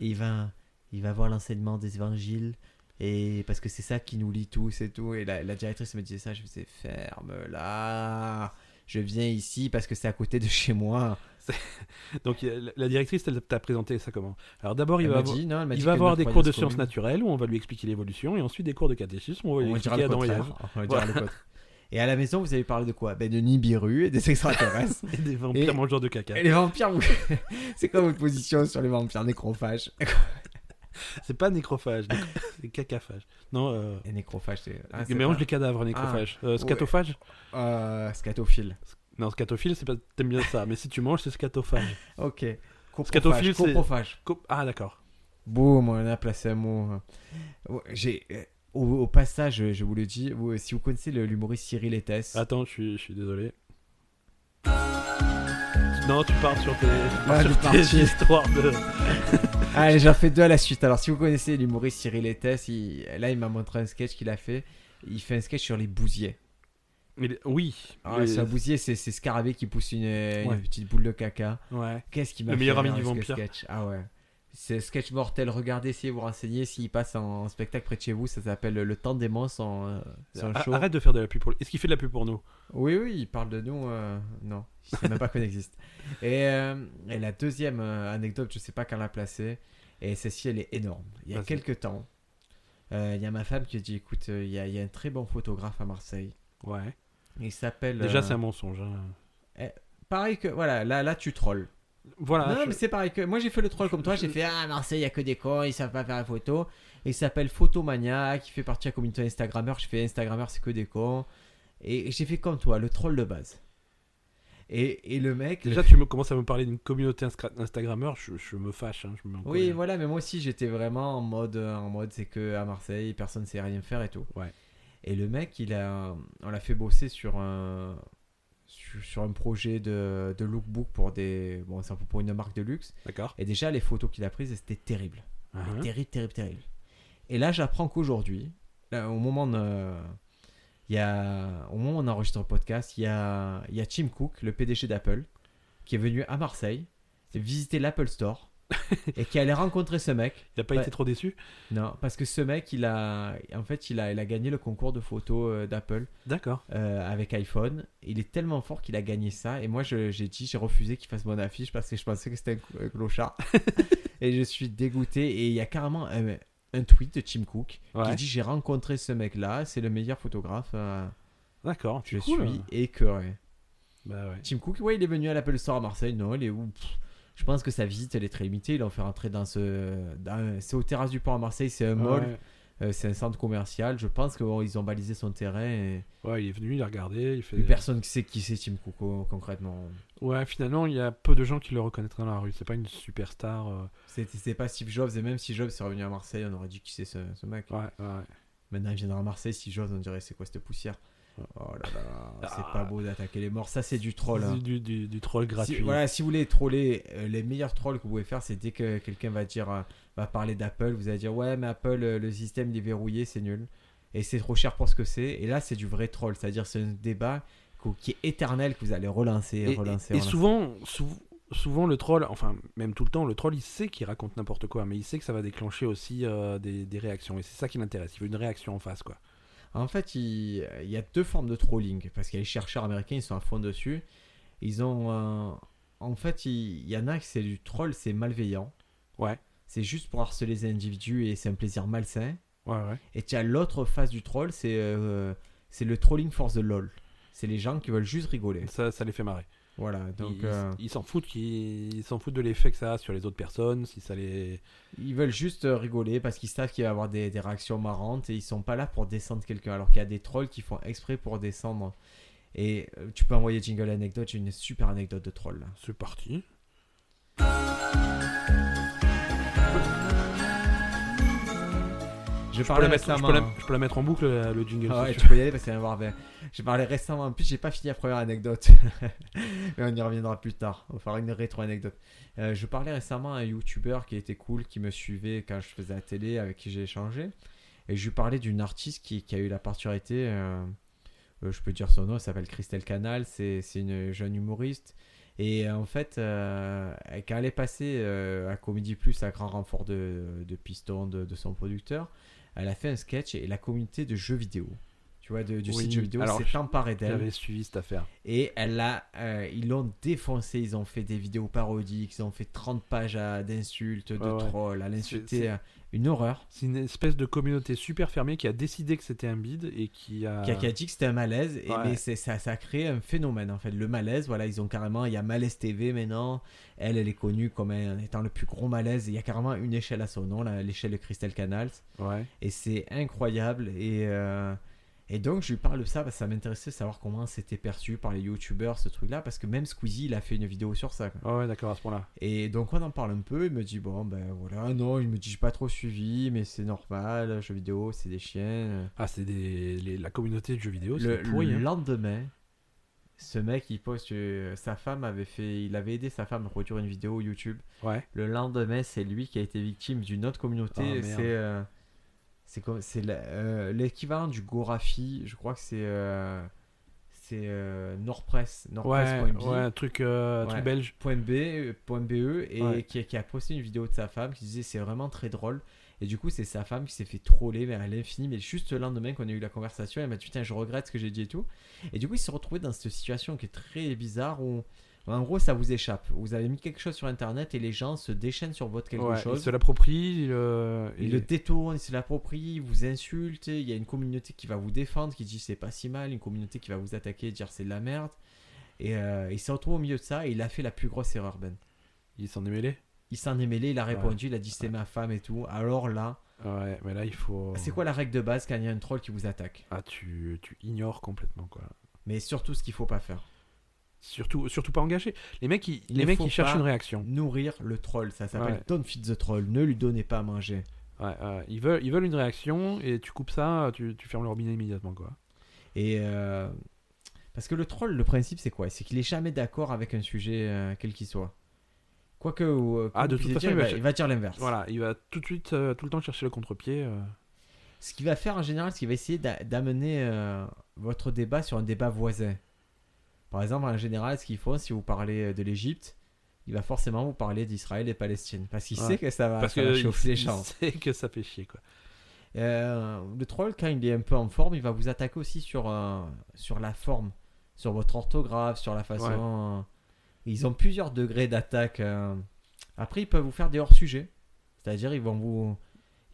B: Et il va il va voir l'enseignement des évangiles et parce que c'est ça qui nous lie tous et tout. Et la, la directrice me disait ça, je me disais ferme là. Je viens ici parce que c'est à côté de chez moi.
A: Donc il- la- la directrice, elle t'a présenté ça comment Alors d'abord, il
B: Elle
A: va,
B: m'a
A: avo-
B: dit, non, elle m'a
A: bah, il
B: dit
A: va
B: que
A: avoir des
B: notre
A: cours de
B: croyance
A: sciences
B: commune-
A: naturelles où on va lui expliquer l'évolution et ensuite des cours de catéchisme où on va lui
B: On dira
A: expliquer Adam
B: le
A: et
B: contraire.
A: Ève. *laughs*
B: On dira le contraire. Et à la maison, vous avez parlé de quoi Ben de Nibiru et des extraterrestres.
A: *laughs* Et des vampires
B: Et-
A: mangeurs de caca.
B: et les vampires, vous- *laughs* c'est quoi votre position sur les vampires nécrophages
A: C'est pas nécrophage, néc- c'est cacaphage. Non, euh...
B: Les nécrophages, c'est. Ah,
A: il
B: c'est
A: mélange
B: pas- Ah.
A: les cadavres, nécrophage. Euh, scatophage
B: Euh, scatophile.
A: Non, scatophile, c'est pas... t'aimes bien ça, mais si tu manges, c'est scatophage.
B: Ok. Coprophage,
A: Scatophile, c'est-
B: coprophage.
A: Co- Ah d'accord.
B: Boum, on a placé un mot. hein. Ouais, J'ai. euh, Au, au passage, je je vous le dis, vous- si vous connaissez le- l'humoriste Cyril Etes,
A: Attends, je suis, je suis désolé. Non, tu pars sur tes, tu pars
B: Ah,
A: sur
B: je
A: tes
B: suis
A: *laughs*
B: parti.
A: histoires de.
B: Allez, j'en fais deux à la suite. Alors, si vous connaissez l'humoriste Cyril Etes, il- là, il m'a montré un sketch qu'il a fait. Il fait un sketch sur les bousiers.
A: Mais les- Oui.
B: Ah,
A: les-
B: C'est un bousier, c'est c'est Scarabée qui pousse une, une
A: Ouais.
B: petite boule de caca.
A: Ouais.
B: Qu'est-ce qui m'a
A: Le
B: fait
A: meilleur ami
B: rire,
A: du
B: ce
A: vampire.
B: sketch Ah ouais. C'est un sketch mortel. Regardez, essayez de vous renseigner. S'il passe en, en spectacle près de chez vous, ça s'appelle Le temps des monstres en, euh, sur le
A: Ar-
B: show.
A: Arrête de faire de la pub pour. Est-ce qu'il fait de la pub pour nous
B: Oui, oui, il parle de nous. euh, Non, je sais même pas qu'on existe. Et, euh, et la deuxième euh, anecdote, je sais pas quand la placer. Et celle-ci, elle est énorme. Il y a
A: Vas-y.
B: quelques temps, euh, il y a ma femme qui dit écoute, euh, il y, a- il y a un très bon photographe à Marseille.
A: Ouais.
B: Il s'appelle.
A: Déjà,
B: euh,
A: c'est un mensonge. hein.
B: Pareil que. Voilà, là, là tu trolls.
A: Voilà.
B: non,
A: Ah, je-
B: mais c'est pareil que moi j'ai fait le troll comme toi, j'ai fait ah Marseille, il y a que des cons, ils savent pas faire la photo. Et il s'appelle Photomaniac, il fait partie de la communauté Instagrammeur, je fais Instagrammeur, c'est que des cons. Et j'ai fait comme toi, le troll de base. Et, et le mec,
A: Déjà, tu me commences à me parler d'une communauté inscra- Instagrammeur, je, je me fâche. hein, je me mets en
B: Oui,
A: colère.
B: voilà, mais moi aussi j'étais vraiment en mode, euh, en mode c'est que à Marseille, personne sait rien faire et tout.
A: Ouais.
B: Et le mec, il a, on l'a fait bosser sur un, sur, sur un projet de, de lookbook pour des, bon, c'est pour une marque de luxe.
A: D'accord.
B: Et déjà, les photos qu'il a prises, c'était terrible.
A: Ah,
B: Mais
A: hein.
B: Terrible, terrible, terrible. Et là, j'apprends qu'aujourd'hui, là, au moment de, il y a, au moment où on enregistre le podcast, il y a, il y a Tim Cook, le PDG d'Apple, qui est venu à Marseille visiter l'Apple Store et qui allait rencontrer ce mec.
A: Il a pas
B: Ouais.
A: été trop déçu
B: Non, parce que ce mec, il a, en fait, il a, il a gagné le concours de photos euh, d'Apple
A: D'accord.
B: euh, avec iPhone. Il est tellement fort qu'il a gagné ça. Et moi, je- j'ai dit, j'ai refusé qu'il fasse mon affiche parce que je pensais que c'était un cl- un
A: *laughs*
B: clochard. et je suis dégoûté. Et il y a carrément un, un tweet de Tim Cook
A: Ouais.
B: qui dit J'ai rencontré ce mec-là, c'est le meilleur photographe. euh,
A: D'accord.
B: je
A: Cool. hein.
B: suis écœuré.
A: Bah ouais.
B: Tim Cook, ouais, il est venu à l'Apple Store à Marseille. Non, il est où Pff, Je pense que sa visite, elle est très limitée. Il en fait rentrer dans ce. dans un- C'est aux terrasses du port à Marseille, c'est un mall.
A: Ouais.
B: Euh, c'est un centre commercial. Je pense qu'ils ont balisé son terrain. Et...
A: Ouais, il est venu, il a regardé, il fait.
B: Plus personne ne sait qui c'est Tim Cook con- concrètement.
A: Ouais, finalement, il y a peu de gens qui le reconnaîtraient dans la rue. C'est pas une superstar. euh,
B: C'est c'est pas Steve Jobs. Et même si Jobs est revenu à Marseille, on aurait dit qui c'est ce, ce mec.
A: Ouais, ouais.
B: Maintenant, il viendra à Marseille. Steve Jobs, on dirait c'est quoi cette poussière
A: Ouais.
B: Oh là là,
A: Ah.
B: c'est pas beau d'attaquer les morts. Ça, c'est du troll. hein.
A: Du, du, du- du troll gratuit.
B: Si, voilà, si vous voulez troller, euh, les meilleurs trolls que vous pouvez faire, c'est dès que quelqu'un va dire, euh, va parler d'Apple, vous allez dire ouais, mais Apple, euh, le système il est verrouillé, c'est nul, et c'est trop cher pour ce que c'est. Et là, c'est du vrai troll, c'est-à-dire c'est un débat qu'au- qui est éternel que vous allez relancer,
A: Et, et-
B: relancer,
A: et
B: relancer.
A: souvent, sou- souvent, le troll, enfin, même tout le temps, le troll, il sait qu'il raconte n'importe quoi, mais il sait que ça va déclencher aussi euh, des, des réactions. Et c'est ça qui l'intéresse. Il veut une réaction en face, quoi.
B: En fait, il, il y a deux formes de trolling, parce qu'il y a les chercheurs américains, ils sont à fond dessus. Ils ont, euh, en fait, il, il y en a que c'est du troll, c'est malveillant.
A: Ouais.
B: C'est juste pour harceler les individus et c'est un plaisir malsain.
A: Ouais, ouais.
B: Et tu as l'autre face du troll, c'est euh, c'est le trolling force de LOL. C'est les gens qui veulent juste rigoler.
A: Ça, ça les fait marrer.
B: Voilà, donc
A: ils
B: euh,
A: ils s'en foutent, qu'ils- ils s'en foutent de l'effet que ça a sur les autres personnes, si ça les.
B: ils veulent juste euh, rigoler parce qu'ils savent qu'il va y avoir des, des réactions marrantes et ils sont pas là pour descendre quelqu'un. Alors qu'il y a des trolls qui font exprès pour descendre. Et euh, tu peux envoyer Jingle Anecdote, j'ai une super anecdote de troll. là.
A: C'est parti.
B: Je
A: Je peux,
B: parlais
A: la mettre, je,
B: récemment.
A: peux la, je peux la mettre en boucle, la- le jingle.
B: Ah ouais,
A: c'est sûr.
B: tu peux y aller parce qu'il va y en avoir. ben, J'ai parlé récemment, en plus j'ai pas fini la première anecdote. *laughs* Mais on y reviendra plus tard. On va faire une rétro-anecdote. Euh, je parlais récemment à un YouTuber qui était cool, qui me suivait quand je faisais la télé, avec qui j'ai échangé. Et je lui parlais d'une artiste qui, qui a eu la particularité. euh, euh, je peux dire son nom, elle s'appelle Christelle Canal, c'est c'est une jeune humoriste. Et euh, en fait, euh, quand elle est passée euh, à Comédie Plus à grand renfort de, de piston de- de son producteur, elle a fait un sketch et la communauté de jeux vidéo, tu vois, de- du
A: Oui,
B: site jeux vidéo
A: alors,
B: s'est emparée d'elle
A: J'avais suivi cette affaire.
B: et elle a, euh, ils l'ont défoncé. Ils ont fait des vidéos parodiques, ils ont fait 30 pages à- d'insultes, de
A: Ouais, ouais.
B: trolls, à
A: c'est-
B: l'insulter, à- une horreur.
A: C'est une espèce de communauté super fermée qui a décidé que c'était un bide et qui a.
B: Qui a, qui a dit que c'était un malaise, et,
A: Euh, Ouais.
B: mais c'est- ça, ça a créé un phénomène en fait. Le malaise, voilà, ils ont carrément, il y a Malaise TV maintenant, elle, elle est connue comme un- étant le plus gros malaise, il y a carrément une échelle à son nom, la- l'échelle de Crystal Canals.
A: Ouais.
B: et c'est incroyable et euh, et donc je lui parle de ça parce que ça m'intéressait de savoir comment c'était perçu par les youtubeurs ce truc là parce que même Squeezie il a fait une vidéo sur ça quoi.
A: Ah ouais, d'accord, à ce point-là.
B: et donc on en parle un peu il me dit bon ben voilà non il me dit j'ai pas trop suivi mais c'est normal jeux vidéo c'est des chiens
A: Ah, c'est des... les- la communauté de jeux vidéo,
B: le,
A: c'est pourri.
B: le
A: hein.
B: lendemain ce mec il poste euh, sa femme avait fait il avait aidé sa femme à produire une vidéo YouTube
A: Ouais.
B: le lendemain, c'est lui qui a été victime d'une autre communauté.
A: Ah, merde.
B: c'est euh, c'est comme c'est la- euh, l'équivalent du Gorafi. Je crois que c'est euh, c'est euh, Nordpress,
A: Ouais,
B: Nordpress.be,
A: ouais, un truc, euh, un truc
B: Ouais.
A: belge.
B: point B, euh, point BE, et
A: Ouais.
B: qui, qui a posté une vidéo de sa femme qui disait c'est vraiment très drôle. Et du coup, c'est sa femme qui s'est fait troller vers l'infini. Mais juste le lendemain qu'on a eu la conversation, elle m'a dit putain, je regrette ce que j'ai dit et tout. Et du coup, il s'est retrouvé dans cette situation qui est très bizarre où. En gros, ça vous échappe. Vous avez mis quelque chose sur internet et les gens se déchaînent sur votre quelque
A: Ouais,
B: chose.
A: Il se l'approprie. Il, euh,
B: Il
A: il-
B: le détourne, il se l'approprie, il vous insulte. Il y a une communauté qui va vous défendre, qui dit c'est pas si mal, une communauté qui va vous attaquer, dire c'est de la merde. Et euh, il s'est retrouvé au milieu de ça et il a fait la plus grosse erreur, Ben.
A: il s'en est mêlé.
B: Il s'en est mêlé, il a répondu, il a dit c'est ma femme et tout. Alors là,
A: Ouais, mais là, il faut.
B: Ah, c'est quoi la règle de base quand il y a un troll qui vous attaque
A: Ah, tu, tu ignores complètement, quoi.
B: Mais surtout ce qu'il faut pas faire.
A: Surtout, surtout pas engagé. Les mecs, ils,
B: Il
A: les
B: ne
A: mecs,
B: faut
A: ils cherchent
B: pas-
A: une réaction.
B: Nourrir le troll, ça s'appelle
A: Ouais.
B: don't feed the troll, ne lui donnez pas à manger.
A: Ouais, ouais, ils, veulent, ils veulent une réaction et tu coupes ça, tu, tu fermes le robinet immédiatement, quoi.
B: Et euh, parce que le troll, le principe c'est quoi C'est qu'il est jamais d'accord avec un sujet euh, quel qu'il soit. Quoique, euh,
A: Ah,
B: comme
A: de
B: vous
A: toute
B: disiez,
A: façon, il
B: il,
A: va
B: va,
A: ch-
B: il va dire l'inverse.
A: Voilà, il va tout de suite, euh, tout le temps chercher le contre-pied. euh.
B: Ce qu'il va faire en général, c'est qu'il va essayer d'a- d'amener euh, votre débat sur un débat voisin. Par exemple, en général, ce qu'ils font, si vous parlez euh, de l'Égypte, il va forcément vous parler d'Israël et Palestine. Parce qu'il
A: Ouais.
B: sait que ça va,
A: Parce
B: ça va
A: que
B: chauffer les
A: il- il
B: gens.
A: *laughs* sait que ça fait chier, quoi.
B: Euh, le troll, quand il est un peu en forme, il va vous attaquer aussi sur, euh, sur la forme, sur votre orthographe, sur la façon. euh, ils ont plusieurs degrés d'attaque. euh. Après, ils peuvent vous faire des hors-sujets. C'est-à-dire, ils vont vous.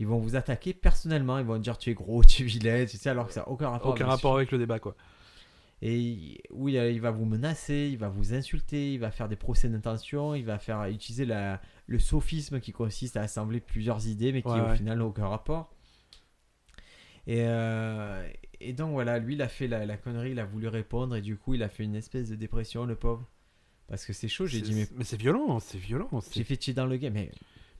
B: Ils vont vous attaquer personnellement, ils vont dire tu es gros, *laughs* tu es vilain, tu sais, alors que ça n'a aucun rapport.
A: Aucun
B: avec le
A: rapport avec le débat, quoi.
B: et il- oui, euh, il va vous menacer, il va vous insulter, il va faire des procès d'intention, il va faire utiliser la, le sophisme qui consiste à assembler plusieurs idées mais qui
A: Ouais,
B: au
A: ouais.
B: final n'ont aucun rapport. Et, euh, et donc voilà, lui, il a fait la, la connerie, il a voulu répondre et du coup, il a fait une espèce de dépression, le pauvre. Parce que c'est chaud, j'ai
A: C'est-
B: dit, mais
A: mais c'est violent, hein, c'est violent. c'est-
B: j'ai fait chier dans le game. Mais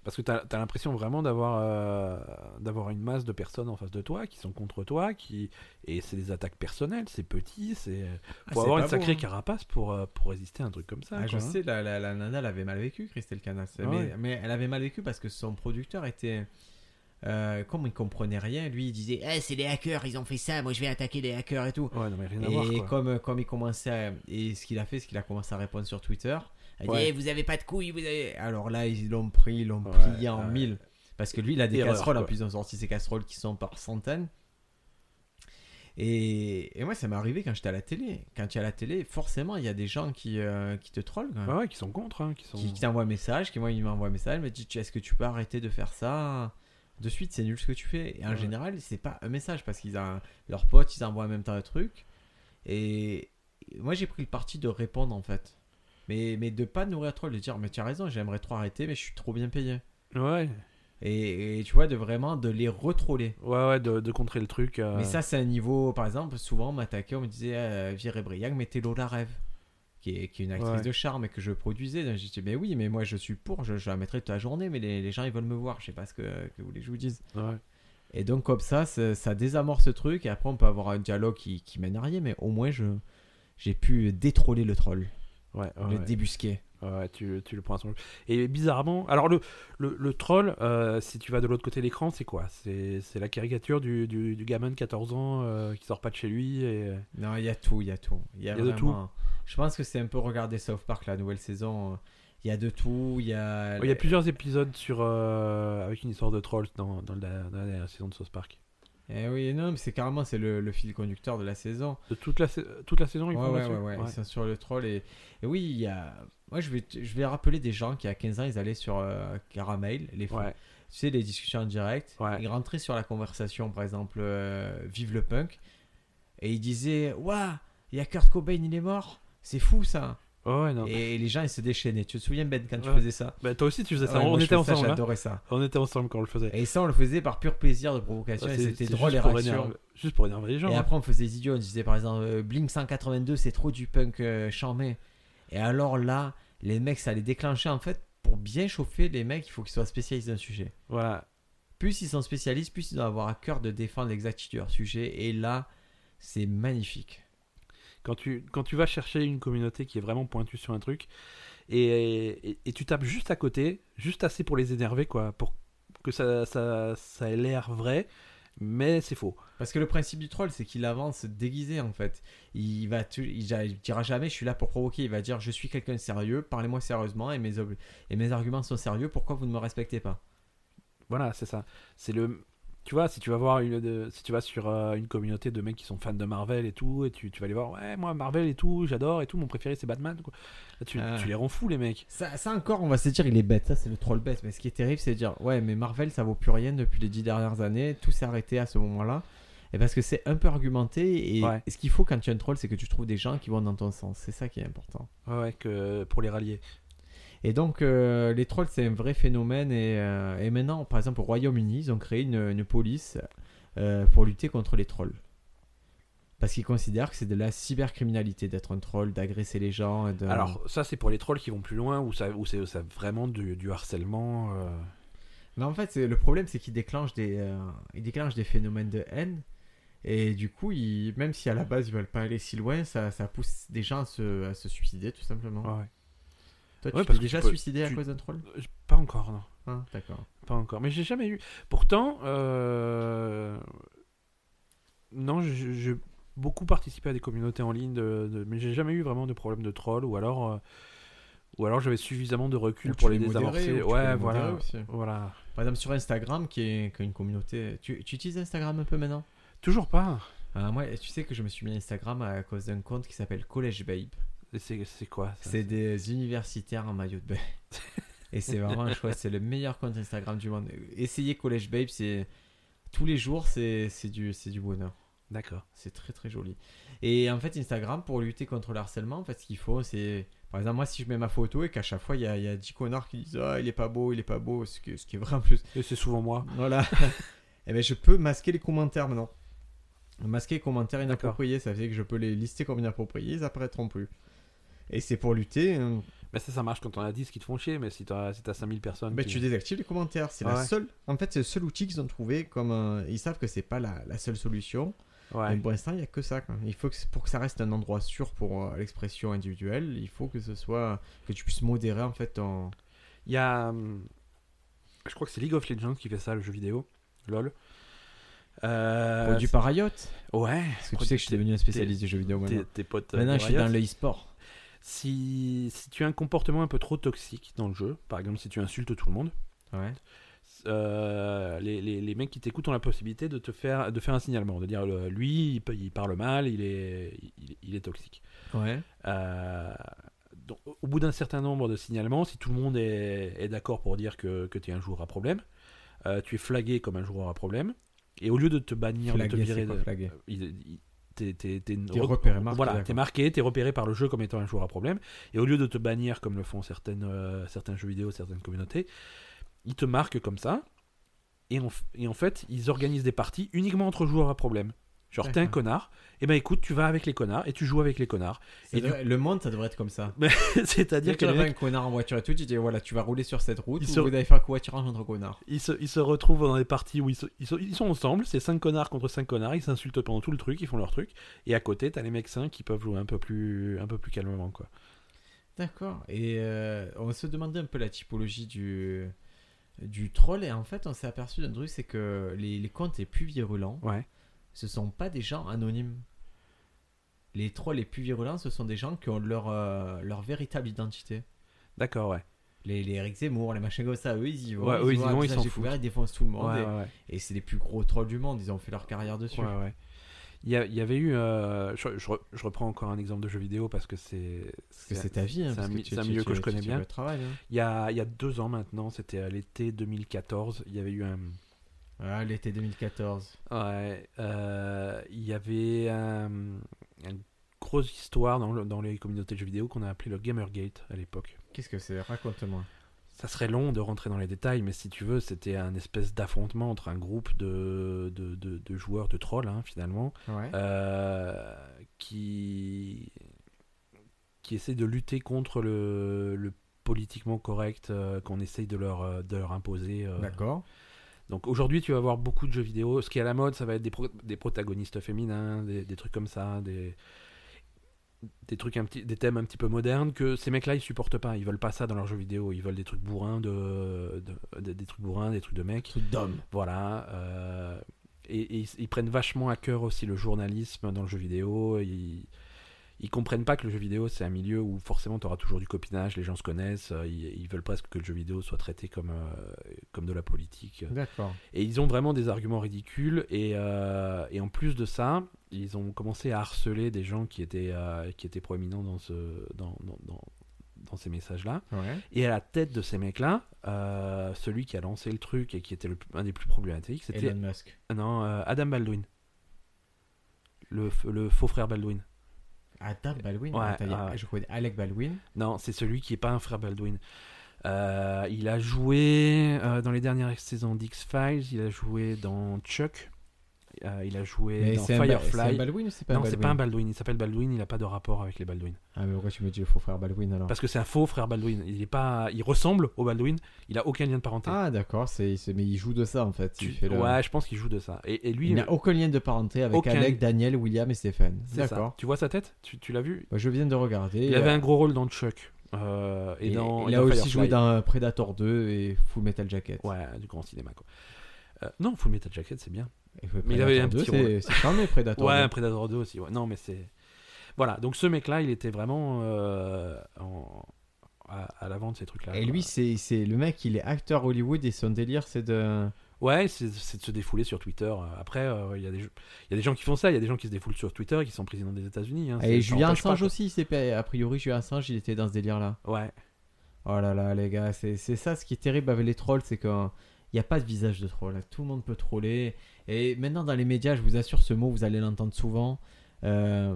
A: Parce que t'as as, l'impression vraiment d'avoir euh, d'avoir une masse de personnes en face de toi qui sont contre toi, qui et c'est des attaques personnelles, c'est petit, c'est
B: Ah,
A: faut
B: c'est
A: avoir
B: pas
A: une
B: beau,
A: sacrée
B: hein.
A: carapace pour euh, pour résister à un truc comme ça.
B: Ah, je
A: quoi, hein.
B: sais, la, la, la nana, elle avait mal vécu, Christelle Canas.
A: Ah
B: mais,
A: ouais.
B: mais elle avait mal vécu parce que son producteur était. euh, comme il comprenait rien, lui, il disait Eh, c'est les hackers, ils ont fait ça, moi je vais attaquer les hackers et tout.
A: hein. Ouais, non mais rien à voir.
B: Et
A: quoi.
B: comme, euh, comme il commençait à- Et ce qu'il a fait, c'est qu'il a commencé à répondre sur Twitter. Il a
A: Ouais.
B: dit Eh, Vous avez pas de couilles, vous avez. Alors là, ils l'ont pris, ils l'ont
A: Ouais,
B: plié en
A: ouais.
B: mille. Parce que lui, il a des
A: Erreur,
B: casseroles, en
A: quoi.
B: plus, ils ont sorti ces casseroles qui sont par centaines. Et, et moi, ça m'est arrivé quand j'étais à la télé. Quand tu es à la télé, forcément, il y a des gens qui, euh, qui te trollent quand même
A: Ouais, ouais, qui sont contre, hein, qui sont.
B: qui, qui t'envoie un message, qui moi il m'envoie un message, il me dit Tu- est-ce que tu peux arrêter de faire ça De suite, c'est nul ce que tu fais. Et en
A: Ouais.
B: général, c'est pas un message parce qu'ils ont leurs potes, ils envoient en même temps un truc. Et et moi j'ai pris le parti de répondre en fait. Mais, mais de pas nourrir trop, de dire mais tu as raison, j'aimerais trop arrêter, mais je suis trop bien payé.
A: Ouais,
B: Et, et tu vois, de vraiment de les retroller.
A: ouais, ouais, de, de contrer le truc. euh,
B: Mais ça, c'est un niveau, par exemple, souvent on m'attaquait, on me disait euh, Viré Briac, mettez Lola Rêve, qui est, qui est une actrice
A: Ouais.
B: de charme et que je produisais. Donc, J'ai dit Mais oui, mais moi je suis pour, je, je la mettrai toute la journée, mais les, les gens ils veulent me voir, je sais pas ce que, que vous voulez que je vous dise.
A: ouais.
B: Et donc, comme ça, ça ça désamorce ce truc, et après on peut avoir un dialogue qui, qui mène à rien, mais au moins je j'ai pu détroller le troll,
A: Ouais, ouais,
B: le
A: ouais.
B: débusquer.
A: Ouais, tu, tu le prends à son jeu. Et bizarrement, alors le, le, le troll, euh, si tu vas de l'autre côté de l'écran, c'est quoi C'est c'est la caricature du, du, du gamin de 14 ans euh, qui sort pas de chez lui. Et... euh,
B: Non, il y a tout, il y a tout. Il y a,
A: Il y a de
B: vraiment- Je pense que c'est un peu regarder South Park, la nouvelle saison. Il y a de tout, il y a.
A: Ouais, Il y a plusieurs épisodes sur, euh, avec une histoire de troll dans, dans, la, dans la dernière saison de South Park.
B: Eh oui, non, mais c'est carrément c'est le, le fil conducteur de la saison.
A: De toute la, sa- toute la saison, ils
B: Ouais,
A: font
B: ouais,
A: là-dessus
B: ouais, ouais, ils sont sur le troll. Et, et oui, il y a. Moi, je vais, t- je vais rappeler des gens qui, à 15 ans, ils allaient sur euh, Caramel, les
A: Ouais,
B: tu sais, les discussions en direct.
A: Ouais.
B: Ils rentraient sur la conversation, par exemple, euh, Vive le punk. Et ils disaient Waouh, il y a Kurt Cobain, il est mort. C'est fou ça.
A: Ouais, ouais, non.
B: Et les gens, ils se déchaînaient. Tu te souviens, Ben, quand tu
A: Ouais.
B: faisais ça
A: Bah, toi aussi, tu faisais ça.
B: Ouais,
A: on,
B: moi, je
A: était
B: faisais ça,
A: ensemble, hein.
B: J'adorais ça.
A: on était ensemble quand on le faisait.
B: Et ça, on le faisait par pur plaisir de provocation.
A: Ouais,
B: et
A: c'est-
B: c'était
A: c'est
B: drôle
A: juste
B: et
A: pour hein.
B: rassurant.
A: énerver- Juste pour énerver les gens.
B: Et
A: hein.
B: après, on faisait idiot. On disait par exemple, euh, Blink 182, c'est trop du punk euh, charmé. Et alors là, les mecs, ça les déclenchait en fait. Pour bien chauffer les mecs, il faut qu'ils soient spécialistes d'un sujet.
A: Voilà.
B: Plus ils sont spécialistes, plus ils doivent avoir à cœur de défendre l'exactitude de leur sujet. Et là, c'est magnifique.
A: Quand tu, quand tu vas chercher une communauté qui est vraiment pointue sur un truc et, et, et tu tapes juste à côté, juste assez pour les énerver, quoi, pour que ça, ça, ça ait l'air vrai, mais c'est faux.
B: Parce que le principe du troll, c'est qu'il avance déguisé en fait. Il va, tu- il, ja- il dira jamais, je suis là pour provoquer. Il va dire, je suis quelqu'un de sérieux, parlez-moi sérieusement et mes, ob- et mes arguments sont sérieux. Pourquoi vous ne me respectez pas
A: Voilà, c'est ça. C'est le. Tu vois, si tu vas voir une, de- si tu vas sur euh, une communauté de mecs qui sont fans de Marvel et tout, et tu, tu vas les voir, ouais, moi Marvel et tout, j'adore et tout, mon préféré c'est Batman. Quoi. Là, tu,
B: Ah.
A: tu les rends fous, les mecs.
B: Ça, ça encore, on va se dire, il est bête. Ça, c'est le troll bête. Mais ce qui est terrible, c'est de dire, ouais, mais Marvel, ça vaut plus rien depuis les dix dernières années. Tout s'est arrêté à ce moment-là. Et parce que c'est un peu argumenté. Et
A: Ouais.
B: ce qu'il faut quand tu es un troll, c'est que tu trouves des gens qui vont dans ton sens. C'est ça qui est important.
A: Ouais, ouais, que pour les rallier.
B: Et donc, euh, les trolls, c'est un vrai phénomène. Et, euh, et maintenant, par exemple, au Royaume-Uni, ils ont créé une, une police euh, pour lutter contre les trolls. Parce qu'ils considèrent que c'est de la cybercriminalité d'être un troll, d'agresser les gens. et de-
A: Alors, ça, c'est pour les trolls qui vont plus loin, où ça, où c'est ça vraiment du, du harcèlement. euh,
B: Mais en fait, c'est- le problème, c'est qu'il déclenche, des, euh, il déclenche des phénomènes de haine. Et du coup, il- même si à la base, ils veulent pas aller si loin, ça, ça pousse des gens à se, à se suicider, tout simplement.
A: ouais, ouais.
B: Toi,
A: Ah. Ouais,
B: tu t'es
A: parce que
B: déjà
A: tu peux-
B: suicidé à
A: tu-
B: cause d'un troll
A: Euh, j- Pas encore, non.
B: Hein, D'accord.
A: Pas encore. Mais j'ai jamais eu. Pourtant, euh, non, je- j'ai beaucoup participé à des communautés en ligne, de, de- mais j'ai jamais eu vraiment de problème de troll, ou alors, euh, ou alors j'avais suffisamment de recul
B: Ou tu
A: pour les
B: les modérer, ou tu
A: désamorcer.
B: peux
A: Ouais,
B: les
A: voilà.
B: modérer aussi.
A: Voilà.
B: Par exemple, sur Instagram, qui est, qui est une communauté. Tu, tu utilises Instagram un peu maintenant
A: Toujours pas.
B: Ah, Moi, tu sais que je me suis mis Instagram à cause d'un compte qui s'appelle College Babe.
A: Et C'est c'est quoi ça
B: C'est des universitaires en maillot de bain. Et c'est vraiment un choix, c'est le meilleur compte Instagram du monde. Essayez College Babe, c'est tous les jours, c'est c'est du, c'est du bonheur.
A: D'accord.
B: C'est très très joli. Et en fait, Instagram, pour lutter contre le harcèlement, en fait, ce qu'il faut, c'est. Par exemple, moi, si je mets ma photo et qu'à chaque fois, il y a, il y a 10 connards qui disent Ah, il est pas beau, il est pas beau, ce, que- ce qui est vrai en plus.
A: Et c'est souvent moi.
B: Voilà. *laughs* eh ben, je peux masquer les commentaires maintenant. Masquer les commentaires inappropriés, ça fait que je peux les lister comme inappropriés, ils apparaîtront plus. Et c'est pour lutter. hein.
A: Mais ça, ça marche quand on a 10 qui te font chier, mais si t'as si t'as 5000 personnes.
B: Ben,
A: qui-
B: tu désactives les commentaires. C'est
A: Ah
B: la
A: ouais.
B: seule. En fait, c'est le seul outil qu'ils ont trouvé. Comme euh, ils savent que c'est pas la, la seule solution.
A: Ouais.
B: Mais pour l'instant, il y a que ça. quoi. Il faut que c'est- pour que ça reste un endroit sûr pour euh, l'expression individuelle, il faut que ce soit que tu puisses modérer en fait ton.
A: Il y a. hum, Je crois que c'est League of Legends qui fait ça, le jeu vidéo. LOL. Euh,
B: Produit par Riot.
A: Ouais.
B: Parce que tu sais que je suis devenu un spécialiste du jeu vidéo
A: Tes,
B: maintenant.
A: tes potes. euh,
B: Maintenant,
A: de
B: je suis
A: Riot.
B: dans le e-sport.
A: Si, si tu as un comportement un peu trop toxique dans le jeu, par exemple si tu insultes tout le monde,
B: Ouais.
A: euh, les, les- les mecs qui t'écoutent ont la possibilité de te faire, de faire un signalement, de dire le- lui il, peut- il parle mal, il est, il, il est toxique.
B: Ouais.
A: Euh, donc, au bout d'un certain nombre de signalements, si tout le monde est, est d'accord pour dire que, que tu es un joueur à problème, euh, tu es flagué comme un joueur à problème, et au lieu de te bannir, de te
B: Flaguer,
A: virer,
B: c'est quoi
A: de-
B: flaguer
A: il- il- t'es- t'es- t'es
B: T'es
A: re-
B: repéré, marqué,
A: voilà,
B: d'accord.
A: t'es marqué, t'es repéré par le jeu comme étant un joueur à problème. Et au lieu de te bannir comme le font certaines, euh, certains jeux vidéo, certaines communautés, ils te marquent comme ça. Et en, f- et en fait, ils organisent des parties uniquement entre joueurs à problème. Genre, t'es un
B: D'accord.
A: connard, et ben écoute, tu vas avec les connards et tu joues avec les connards. *laughs*
B: Ça
A: Et du-
B: devrait- Le monde, ça devrait être comme ça.
A: C'est-à-dire que
B: tu
A: les
B: vois
A: mecs,
B: un connard en voiture et tout, tu dis voilà, tu vas rouler sur cette route,
A: Ils
B: ou
A: sont-
B: vous allez faire covoiturage entre connards.
A: ils se, ils se retrouvent dans des parties où ils, se- ils, se- ils sont ensemble, c'est 5 connards contre 5 connards, ils s'insultent pendant tout le truc, ils font leur truc. Et à côté, t'as les mecs sains qui peuvent jouer un peu plus, un peu plus calmement, quoi.
B: D'accord. Et euh, on se demandait un peu la typologie du du troll et en fait on s'est aperçu d'un truc c'est que les, les comptes les plus virulents
A: Ouais.
B: ce sont pas des gens anonymes. Les trolls les plus virulents, ce sont des gens qui ont leur, euh, leur véritable identité.
A: D'accord, ouais.
B: Les, les Eric Zemmour, les machins comme ça, eux ils y vont.
A: Ouais, eux, ils y
B: à
A: vont, ils
B: visage
A: s'en
B: découvert,
A: foutent.
B: Ils défoncent tout le monde.
A: Ouais,
B: et
A: ouais, ouais.
B: et c'est les plus gros trolls du monde, ils ont fait leur carrière dessus.
A: Ouais, ouais. Il y, a- il y avait eu. euh, je, je re- je reprends encore un exemple de jeu vidéo parce que c'est.
B: Parce que
A: c'est-
B: c'est ta vie. hein,
A: c'est
B: parce
A: un mi-
B: tu-
A: c'est un
B: tu-
A: milieu
B: tu-
A: que je
B: tu-
A: connais
B: tu
A: bien.
B: le travailles, hein.
A: Il y a, il y a deux ans maintenant, c'était à l'été 2014, il y avait eu un.
B: Ah, l'été 2014.
A: Ouais, euh, il y avait un- une grosse histoire dans, le- dans les communautés de jeux vidéo qu'on a appelé le Gamergate à l'époque.
B: Qu'est-ce que c'est Raconte-moi.
A: Ça serait long de rentrer dans les détails, mais si tu veux, c'était un espèce d'affrontement entre un groupe de, de, de- de joueurs, de trolls, hein, finalement,
B: Ouais.
A: euh, qui qui essaie de lutter contre le, le politiquement correct euh, qu'on essaye de leur, euh, de leur imposer. euh.
B: D'accord.
A: Donc aujourd'hui, tu vas voir beaucoup de jeux vidéo. Ce qui est à la mode, ça va être des, pro- des protagonistes féminins, des, des trucs comme ça, des, des, trucs un petit, des thèmes un petit peu modernes que ces mecs-là, ils supportent pas. Ils veulent pas ça dans leurs jeux vidéo. Ils veulent des trucs bourrins, de, de- des- des trucs bourrins, des trucs de mecs.
B: Tout d'homme.
A: Voilà. euh, et et ils, ils prennent vachement à cœur aussi le journalisme dans le jeu vidéo. Ils, ils comprennent pas que le jeu vidéo, c'est un milieu où forcément tu auras toujours du copinage, les gens se connaissent. euh, Ils, ils veulent presque que le jeu vidéo soit traité comme, euh, comme de la politique.
B: D'accord.
A: Et ils ont vraiment des arguments ridicules. Et, euh, et en plus de ça, ils ont commencé à harceler des gens qui étaient, euh, qui étaient proéminents dans, ce, dans, dans, dans, dans ces messages-là.
B: Ouais.
A: Et à la tête de ces mecs-là, euh, celui qui a lancé le truc et qui était le plus- un des plus problématiques, c'était
B: Elon Musk.
A: non, euh, Adam Baldwin. Le, f- le faux frère Baldwin.
B: Adam Baldwin.
A: Ouais, ah
B: attends, il y a-
A: ouais.
B: Je connais Alec Baldwin.
A: Non, c'est celui qui n'est pas un frère Baldwin. Euh, il a joué euh, dans les dernières saisons d'X-Files, il a joué dans Chuck, euh, il a joué
B: Mais
A: dans
B: c'est un, Ba- c'est un
A: Firefly.
B: Baldwin ou c'est pas un
A: non, c'est
B: Baldwin
A: pas un Baldwin, il s'appelle Baldwin, il n'a pas de rapport avec les Baldwin.
B: Ah, mais pourquoi tu me dis le faux frère Baldwin alors
A: Parce que c'est un faux frère Baldwin, il, est pas... il ressemble au Baldwin, il a aucun lien de parenté.
B: Ah, d'accord. c'est- c'est- Mais il joue de ça en fait.
A: Tu-
B: Il fait le-
A: Ouais, je pense qu'il joue de ça. Et, et lui, euh,
B: Il n'a aucun lien de parenté avec
A: Aucun.
B: Alec, Daniel, William et Stéphane.
A: c'est ça.
B: D'accord.
A: Tu vois sa tête Tu, tu l'as vu
B: Bah, je viens de regarder.
A: Il avait un gros rôle dans Chuck. euh, et
B: il-
A: dans,
B: il
A: et
B: a
A: dans
B: aussi
A: Firefly.
B: joué dans euh, Predator 2 et Full Metal Jacket.
A: Ouais, du grand cinéma, quoi. Euh, non, Full Metal Jacket, c'est bien.
B: Et Predator
A: Mais il avait un
B: 2,
A: petit
B: c'est-
A: rôle.
B: C'est charmé Predator.
A: ouais,
B: 2.
A: Predator 2 aussi. Ouais. Non, mais c'est. Voilà, donc ce mec-là, il était vraiment euh, en- à, à l'avant de ces trucs-là.
B: Et
A: quoi.
B: lui, c'est c'est le mec, il est acteur Hollywood et son délire, c'est de.
A: Ouais, c'est c'est de se défouler sur Twitter. Après, euh, il y, a des- il y a des gens qui font ça, il y a des gens qui se défoulent sur Twitter et qui sont présidents des États-Unis. hein.
B: Et
A: C'est- ça
B: Julien
A: empêche pas,
B: Assange
A: quoi.
B: aussi, il s'est pa- a priori, Julien Assange, il était dans ce délire-là.
A: Ouais,
B: Oh là là, les gars, c'est c'est ça ce qui est terrible avec les trolls, c'est qu'il n'y a pas de visage de troll. là. Tout le monde peut troller. Et maintenant, dans les médias, je vous assure, ce mot, vous allez l'entendre souvent. Euh,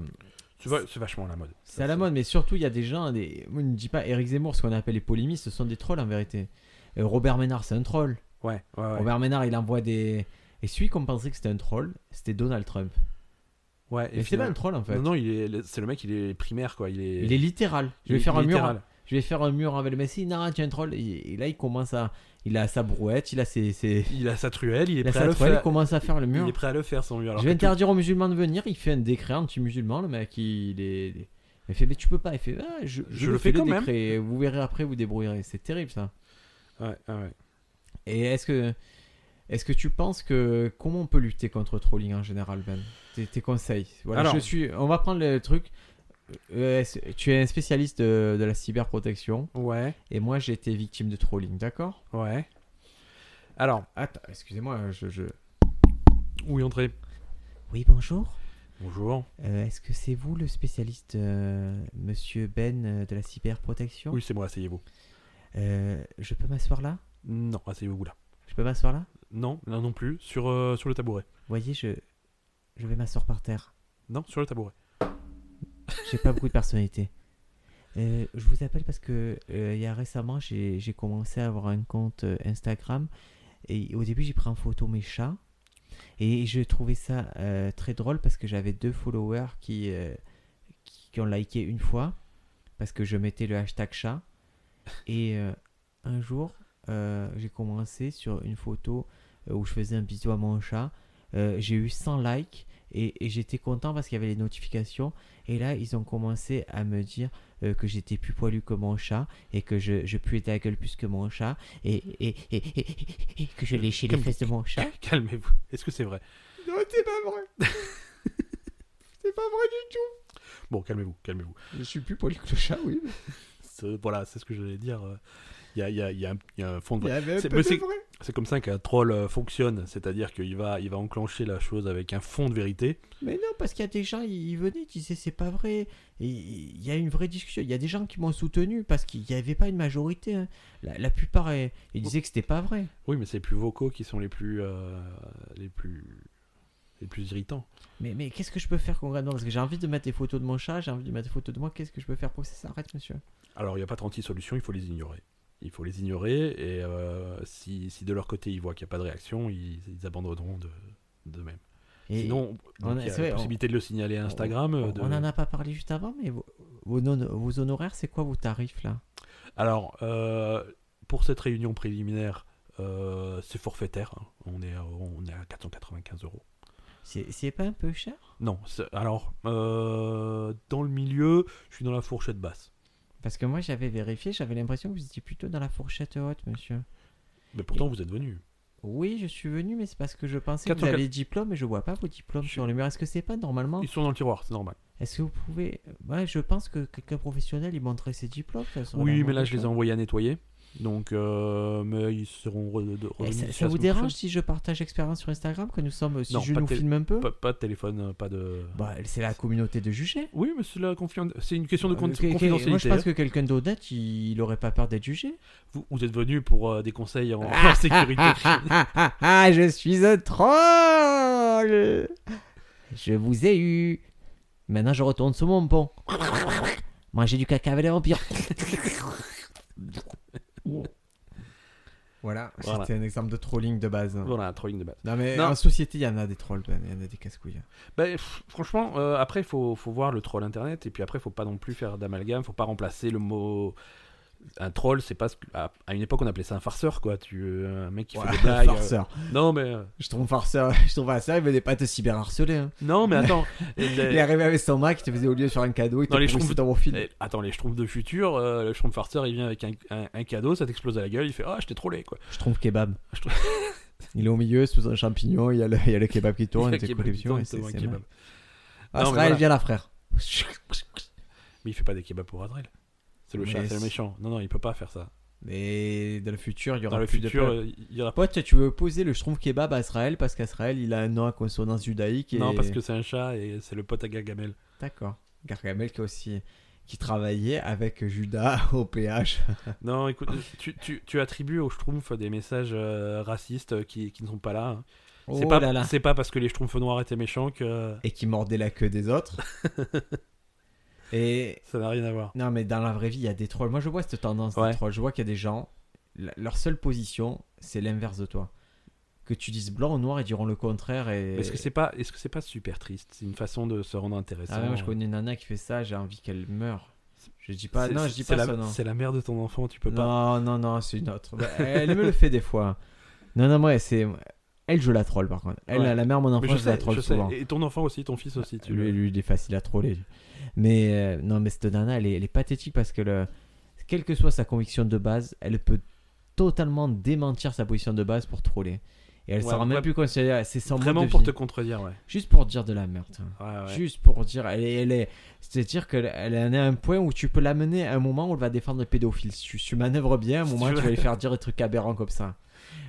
A: c'est va- c'est vachement la mode.
B: c'est à la mode, mais surtout, il y a des gens, des... moi, je ne dis pas Eric Zemmour, ce qu'on appelle les polémistes, ce sont des trolls en vérité. Euh, Robert Ménard, c'est un troll.
A: Ouais, ouais, ouais.
B: Robert Ménard, il envoie des, Et celui qu'on pensait que c'était un troll, c'était Donald Trump.
A: Ouais,
B: Et c'est pas un troll en fait.
A: Non, non, il est- c'est le mec, il est primaire, quoi. Il est,
B: Il est littéral. Je
A: il
B: vais
A: est
B: faire un mur.
A: littéral.
B: Je vais faire un mur avec le Messi. Non, tu es un troll. Et, et là, il commence à. Il a sa brouette, il a ses. ses-
A: Il a sa truelle, il est
B: Il a
A: prêt
B: sa
A: à le
B: toile, il
A: faire.
B: commence à faire le
A: euh, Il
B: mur.
A: est prêt à le faire, son mur. alors
B: Je vais
A: que tout-
B: interdire aux musulmans de venir. Il fait un décret anti-musulman, le mec. Il est. Il fait, mais tu peux pas. Il fait, ah, je,
A: Je le fais
B: le
A: quand même.
B: décret. Vous verrez après, vous débrouillerez. C'est terrible ça.
A: Ouais, ouais, ouais.
B: Et est-ce que, est-ce que tu penses que comment on peut lutter contre le trolling en général, Ben tes, tes conseils. Voilà,
A: Alors-
B: je suis. On va prendre le truc. Euh, est-ce- tu es un spécialiste de, de la cyberprotection
A: Ouais,
B: et moi j'ai été victime de trolling, d'accord
A: ouais. Alors,
B: Attends, excusez-moi, hein, je, je-
A: où y entrer
B: Oui, bonjour.
A: Bonjour.
B: Euh, est-ce que c'est vous le spécialiste, euh, Monsieur Ben, euh, de la cyberprotection
A: Oui, c'est moi, asseyez-vous.
B: Euh, Je peux m'asseoir là
A: Non, asseyez-vous là.
B: Je peux m'asseoir là
A: Non, là non plus, sur, euh, sur le tabouret.
B: Vous voyez, je, je vais m'asseoir par terre.
A: Non, sur le tabouret.
B: J'ai pas beaucoup de personnalité. Euh, je vous appelle parce que euh, il y a récemment, j'ai j'ai commencé à avoir un compte euh, Instagram. Et au début, j'ai pris en photo mes chats. Et je trouvais ça euh, très drôle parce que j'avais deux followers qui, euh, qui, qui ont liké une fois. Parce que je mettais le hashtag chat. Et euh, un jour, euh, j'ai commencé sur une photo euh, où je faisais un bisou à mon chat. Euh, j'ai eu 100 likes. Et, et j'étais content parce qu'il y avait les notifications. Et là, ils ont commencé à me dire euh, que j'étais plus poilu que mon chat et que je, je puais de la gueule plus que mon chat et, et, et, et- et- et que je léchais les
A: Comme-
B: fesses de mon chat.
A: *laughs* Calmez-vous. Est-ce que c'est vrai
B: Non, c'est pas vrai. *laughs* c'est pas vrai du
A: Bon, calmez-vous, calmez-vous.
B: tout. Je suis plus poilu que le chat, oui.
A: C'est- Voilà, c'est ce que j'allais dire. euh. Il y a, y a- y a un- y a un fond de vrai.
B: avait
A: un C'est- peu mais de c'est- C'est comme ça qu'un troll euh, fonctionne, c'est-à-dire qu'il va, il va enclencher la chose avec un fond de vérité.
B: Mais non, parce qu'il y a des gens, ils ils venaient, ils disaient c'est pas vrai. Et Il y a une vraie discussion. Il y a des gens qui m'ont soutenu parce qu'il n'y avait pas une majorité. hein. La, la plupart, eh, ils disaient que c'était pas vrai.
A: Oui, mais c'est les plus vocaux qui sont les plus, euh, les plus, les plus irritants.
B: Mais, mais qu'est-ce que je peux faire concrètement Parce que j'ai envie de mettre des photos de mon chat, j'ai envie de mettre des photos de moi. Qu'est-ce que je peux faire pour que ça s'arrête, monsieur
A: Alors, il n'y a pas 36 solutions, il faut les ignorer. Il faut les ignorer, et euh, si, si de leur côté ils voient qu'il n'y a pas de réaction, ils, ils abandonneront de, d'eux-mêmes.
B: Et
A: Sinon,
B: on
A: donc,
B: a-
A: il y a
B: c'est vrai,
A: la possibilité de le signaler à Instagram. euh, de-
B: On n'en a pas parlé juste avant, mais vos, vos non- vos honoraires, c'est quoi vos tarifs là
A: Alors, euh, pour cette réunion préliminaire, euh, c'est forfaitaire. hein. On, est, à- on est à 495 euros.
B: C'est c'est pas un peu cher
A: Non, c'est- alors, euh, dans le milieu, je suis dans la fourchette basse.
B: Parce que moi j'avais vérifié, j'avais l'impression que vous étiez plutôt dans la fourchette haute, monsieur.
A: Mais pourtant, vous êtes venu.
B: Oui, je suis venu, mais c'est parce que je pensais que vous
A: 404.
B: avez les diplômes et je vois pas vos diplômes sur le mur. Est-ce que c'est pas normalement
A: Ils sont dans le tiroir, c'est normal.
B: Est-ce que vous pouvez. Ouais, je pense que quelqu'un professionnel il montrait ses diplômes. ça serait
A: Oui,
B: normal,
A: mais là, je les ai
B: monsieur.
A: envoyés à nettoyer. Donc, euh, mais ils seront re- de-
B: Eh,
A: revenus
B: ça,
A: d'ici
B: ça
A: la semaine
B: vous
A: prochaine.
B: dérange si je partage expérience sur Instagram que nous sommes. Si
A: Non,
B: je
A: pas
B: nous
A: tel-
B: filme un peu
A: pas, pas de téléphone, euh, pas de.
B: Bah, C'est la communauté de juger.
A: Oui, mais c'est la confiden- c'est une question de con-
B: Euh, que- que-
A: confidentialité. hein.
B: Moi, je pense que quelqu'un d'honnête, il, il aurait pas peur d'être jugé.
A: Vous, vous êtes venu pour euh, des conseils en, *laughs* en sécurité.
B: ah, ah, ah, je suis un troll Je vous ai eu. Maintenant, je retourne sur mon pont. Manger du caca avec les vampires. voilà,
A: Voilà.
B: c'était un exemple de trolling de base.
A: voilà, un trolling de base.
B: Non, mais
A: Non.
B: en société, il y en a des trolls, Ben, il y en a des casse-couilles.
A: Ben, pff, franchement, euh, après, il faut, faut voir le troll internet. Et puis après, faut pas non plus faire d'amalgame. faut pas remplacer le mot. Un troll, c'est pas. ce que- À, à une époque, on appelait ça un farceur, quoi. Tu, un mec qui fait des
B: *laughs*
A: blagues. euh,
B: farceur.
A: Non, mais. euh,
B: Je trouve farceur, *laughs* je trouve farceur, il venait pas te cyberharceler. Hein.
A: Non, mais
B: *laughs*
A: attends. les-
B: Il est arrivé avec son Mac, il te faisait au lieu de faire un cadeau, il
A: Dans les
B: te poussait
A: schtroumpfs-
B: dans mon film.
A: Eh, attends, les schtroumpfs de futur, euh, le schtroumpf farceur, il vient avec un, un- un cadeau, ça t'explose à la gueule, il fait Ah, je t'ai trollé, quoi.
B: Je trouve kebab.
A: Je trouve-
B: Il est au milieu, sous un champignon, il y a le, il y a le kebab qui tourne,
A: Il
B: et
A: fait
B: t'es
A: un
B: coupé
A: kebab,
B: les pions, et
A: il
B: c'est
A: tombe un
B: c'est
A: kebab.
B: mal.
A: Non, mais
B: Azrael,
A: voilà.
B: viens là, frère.
A: Mais il fait pas des kebabs pour Adrel. C'est le
B: Mais
A: chat, c'est le
B: c'est-
A: méchant. Non, non, il peut pas faire ça.
B: Mais dans le futur, il y aura
A: Dans le
B: plus
A: futur,
B: de peuple.
A: euh, il y aura
B: Pote, tu veux opposer le schtroumpf kebab à Azrael parce qu'Azrael, il a un nom à consonance judaïque. Et...
A: Non, parce que c'est un chat et c'est le pote à Gargamel.
B: D'accord. Gargamel qui aussi qui travaillait avec Judas *laughs* au PH.
A: Non, écoute, tu, tu, tu attribues aux Schtroumpfs des messages euh, racistes qui, qui ne sont pas là. hein. C'est
B: Oh
A: pas,
B: là là.
A: c'est pas parce que les Schtroumpfs noirs étaient méchants que euh,
B: Et qui mordait la queue
A: *laughs*
B: des autres. et,
A: ça n'a rien à voir.
B: Non, mais dans la vraie vie, il y a des trolls. Moi, je vois cette tendance
A: Ouais.
B: des trolls. Je vois qu'il y a des gens, la- leur seule position, c'est l'inverse de toi. que tu dises blanc ou noir et diront le contraire. Et...
A: Mais Est-ce que c'est pas, est-ce que c'est pas super triste C'est une façon de se rendre intéressant.
B: Ah ouais, moi, je connais une nana qui fait ça, j'ai envie qu'elle meure. Je dis pas,
A: C'est-
B: Bah, non, je dis
A: c'est
B: pas
A: la-
B: ça, non.
A: C'est la mère de ton enfant, tu peux pas.
B: Non, non, non, c'est une autre. Bah, elle me le fait des fois. Non, non, moi, c'est. Elle, je la troll par contre. Elle,
A: Ouais.
B: la mère, de mon enfant,
A: Mais
B: je, la troll
A: je
B: souvent.
A: Et ton enfant aussi, ton fils aussi, tu
B: Lui, lui, il est facile à troller. Mais euh, non, mais cette nana, elle est, elle est pathétique parce que, le, quelle que soit sa conviction de base, elle peut totalement démentir sa position de base pour troller. Et elle
A: Ouais,
B: s'en rend même
A: ouais.
B: plus compte. C'est c'est son mode
A: Vraiment
B: de
A: pour
B: vie.
A: te contredire, ouais.
B: Juste pour dire de la merde. hein.
A: Ouais, ouais.
B: Juste pour dire, elle est, elle est, c'est-à-dire qu'elle elle en est à un point où tu peux l'amener à un moment où elle va défendre les pédophiles. Si tu, si tu manœuvres bien, à un
A: Si
B: moment
A: tu
B: tu
A: veux.
B: vas lui faire dire des trucs aberrants comme ça.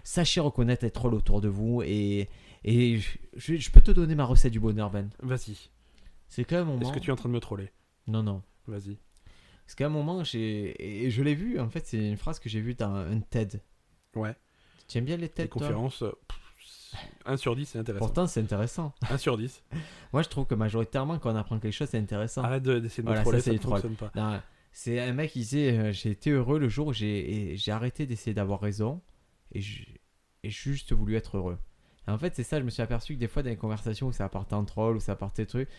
B: Sachez reconnaître les trolls autour de vous et, et je, je- je peux te donner ma recette du bonheur, Ben.
A: Vas-y.
B: C'est quand même un moment.
A: Est-ce que tu es en train de me troller
B: Non, non.
A: Vas-y.
B: Parce qu'à un moment, j'ai. Et je l'ai vu, en fait, c'est une phrase que j'ai vue dans un TED.
A: Ouais.
B: Tu aimes bien les
A: Les
B: TED, toi
A: conférences, euh, pff, 1 sur 10, c'est intéressant.
B: Pourtant, c'est intéressant. *laughs*
A: 1 sur 10.
B: Moi, je trouve que majoritairement, quand on apprend quelque chose, c'est intéressant.
A: Arrête de- d'essayer de,
B: Voilà,
A: me troller,
B: ça, c'est
A: ça, ne
B: les trolls.
A: fonctionne pas.
B: Non, C'est un mec qui disait euh, J'ai été heureux le jour où j'ai et j'ai arrêté d'essayer d'avoir raison et j'ai et j'ai juste voulu être heureux. Et en fait, c'est ça, je me suis aperçu que des fois, dans les conversations où ça partait en troll, où ça partait truc,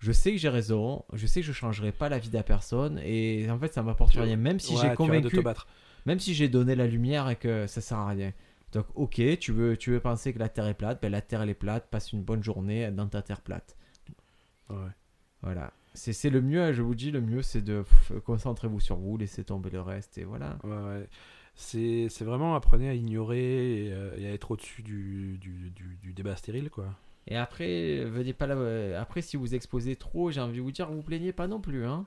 B: je sais que j'ai raison, je sais que je changerai pas la vie de la personne et en fait, ça m'apporte
A: Tu-
B: rien. Même si
A: Ouais, tu
B: j'ai
A: arrêtes de te
B: convaincu,
A: battre.
B: même si j'ai donné la lumière et que ça sert à rien. Donc, ok, tu veux, tu veux penser que la terre est plate, ben la terre elle est plate, passe une bonne journée dans ta terre plate.
A: Ouais.
B: Voilà. C'est c'est le mieux, hein, je vous dis, le mieux c'est de pff, concentrez-vous sur vous, laissez tomber le reste et voilà.
A: Ouais, ouais. C'est c'est vraiment apprenez à ignorer et, euh, et à être au-dessus du, du, du- du débat stérile, quoi.
B: Et après, euh, venez pas là. euh, Après, si vous exposez trop, j'ai envie de vous dire, vous plaignez pas non plus. *laughs* Hein.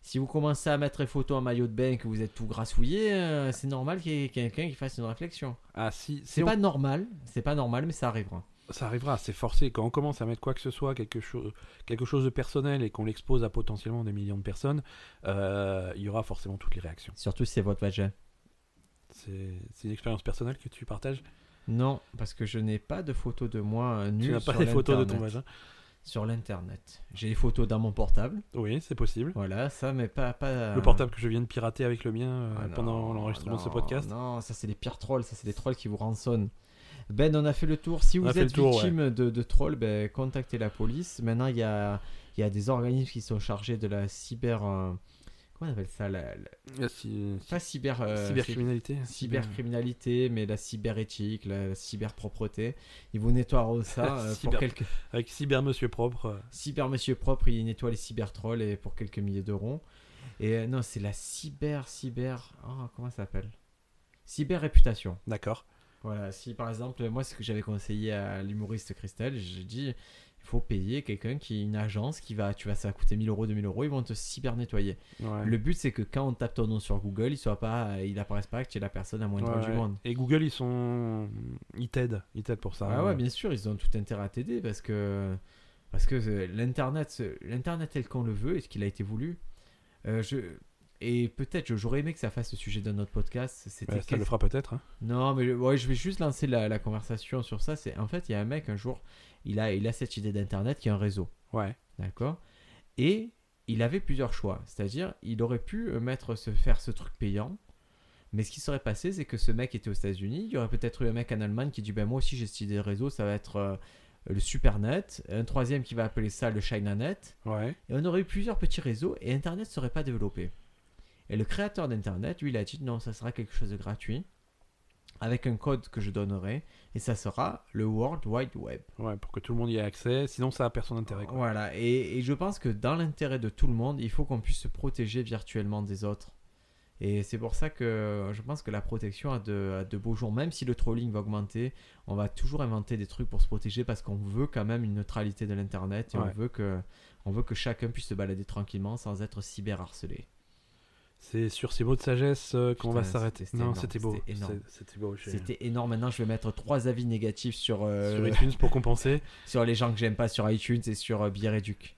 B: si vous commencez à mettre les photos en maillot de bain et que vous êtes tout grassouillé, euh, c'est normal qu'il y ait quelqu'un qui fasse une réflexion.
A: Ah, si, si
B: C'est
A: on-
B: pas normal, c'est pas normal, mais ça arrivera.
A: ça arrivera, c'est forcé. Quand on commence à mettre quoi que ce soit, quelque, chose quelque chose de personnel, et qu'on l'expose à potentiellement des millions de personnes, euh, il y aura forcément toutes les réactions.
B: Surtout si c'est votre vagin.
A: C'est c'est une expérience personnelle que tu partages.
B: Non, parce que je n'ai pas de photos de moi euh, nu
A: tu n'as pas
B: sur
A: des photos de ton
B: l'internet.
A: vagin.
B: Sur l'internet. J'ai les photos dans mon portable.
A: Oui, c'est possible.
B: Voilà, ça, mais pas. pas euh,
A: Le portable que je viens de pirater avec le mien euh,
B: Ah
A: pendant
B: non,
A: l'enregistrement de ce
B: non,
A: podcast.
B: Non, ça c'est les pires trolls, ça c'est des trolls qui vous rançonnent. Ben, on a fait le tour. Si
A: On
B: vous
A: a fait
B: êtes
A: le tour,
B: victime de, de trolls, ben, contactez la police. Maintenant, il y a, il y a des organismes qui sont chargés de la cyber. euh, comment on appelle ça la, la-
A: Ah, si-
B: Pas cyber. euh,
A: cybercriminalité.
B: c'est- Cybercriminalité, mais la cyberéthique, la cyberpropreté. Ils vous nettoieront ça euh, pour
A: Cyber-
B: quelques.
A: Avec cyber monsieur propre. euh,
B: Cyber Monsieur Propre, il nettoie les cyber trolls et pour quelques milliers d'euros. Et euh, non, c'est la cyber, cyber. oh, comment ça s'appelle Cyber réputation.
A: D'accord.
B: Voilà, si par exemple, moi, ce que j'avais conseillé à l'humoriste Christelle, j'ai dit il faut payer quelqu'un qui une agence qui va, tu vas, ça va coûter 1000 euros, 2000 euros, ils vont te cyber nettoyer.
A: Ouais.
B: Le but, c'est que quand on tape ton nom sur Google, il soit pas, il apparaisse pas que tu es la personne la moins
A: Ouais,
B: drôle du
A: ouais.
B: monde.
A: Et Google, ils sont. Ils t'aident. Ils t'aident pour ça.
B: Ah ouais,
A: hein.
B: bien sûr, ils ont tout intérêt à t'aider parce que parce que euh, l'internet, euh, l'internet tel qu'on le veut et ce qu'il a été voulu. euh, je et peut-être je- j'aurais aimé que ça fasse le sujet d'un autre podcast. C'était
A: Ouais, ça le
B: qu'est-ce-
A: fera peut-être. hein.
B: non, mais je- ouais, je vais juste lancer la, la conversation sur ça. C'est en fait, il y a un mec un jour, il a il a cette idée d'internet qui est un réseau,
A: Ouais.
B: d'accord, et il avait plusieurs choix. C'est-à-dire, il aurait pu euh, mettre se faire ce truc payant. Mais ce qui serait passé, c'est que ce mec était aux États-Unis. Il y aurait peut-être eu un mec en Allemagne qui dit ben Moi aussi, j'ai cette idée de réseau, ça va être euh, le SuperNet. Un troisième qui va appeler ça le ChinaNet.
A: Ouais.
B: Et on aurait eu plusieurs petits réseaux et Internet ne serait pas développé. Et le créateur d'Internet, lui, il a dit Non, ça sera quelque chose de gratuit, avec un code que je donnerai, et ça sera le World Wide Web.
A: Ouais, pour que tout le monde y ait accès. Sinon, ça a personne d'intérêt. quoi.
B: Voilà, et, et je pense que dans l'intérêt de tout le monde, il faut qu'on puisse se protéger virtuellement des autres. Et c'est pour ça que euh, je pense que la protection a de, a de beaux jours. Même si le trolling va augmenter, on va toujours inventer des trucs pour se protéger parce qu'on veut quand même une neutralité de l'Internet et
A: Ouais.
B: on, veut que, on veut que chacun puisse se balader tranquillement sans être cyberharcelé.
A: C'est sur ces mots de sagesse euh, qu'on
B: Oh. Putain,
A: va s'arrêter.
B: c'était- c'était
A: Non,
B: énorme,
A: c'était beau.
B: c'était énorme.
A: C'est- C'était beau. j'ai-
B: C'était énorme. Maintenant, je vais mettre trois avis négatifs sur, euh,
A: euh,
B: *laughs*
A: Sur iTunes pour compenser.
B: sur les gens que j'aime pas sur iTunes et sur euh, Bireduc.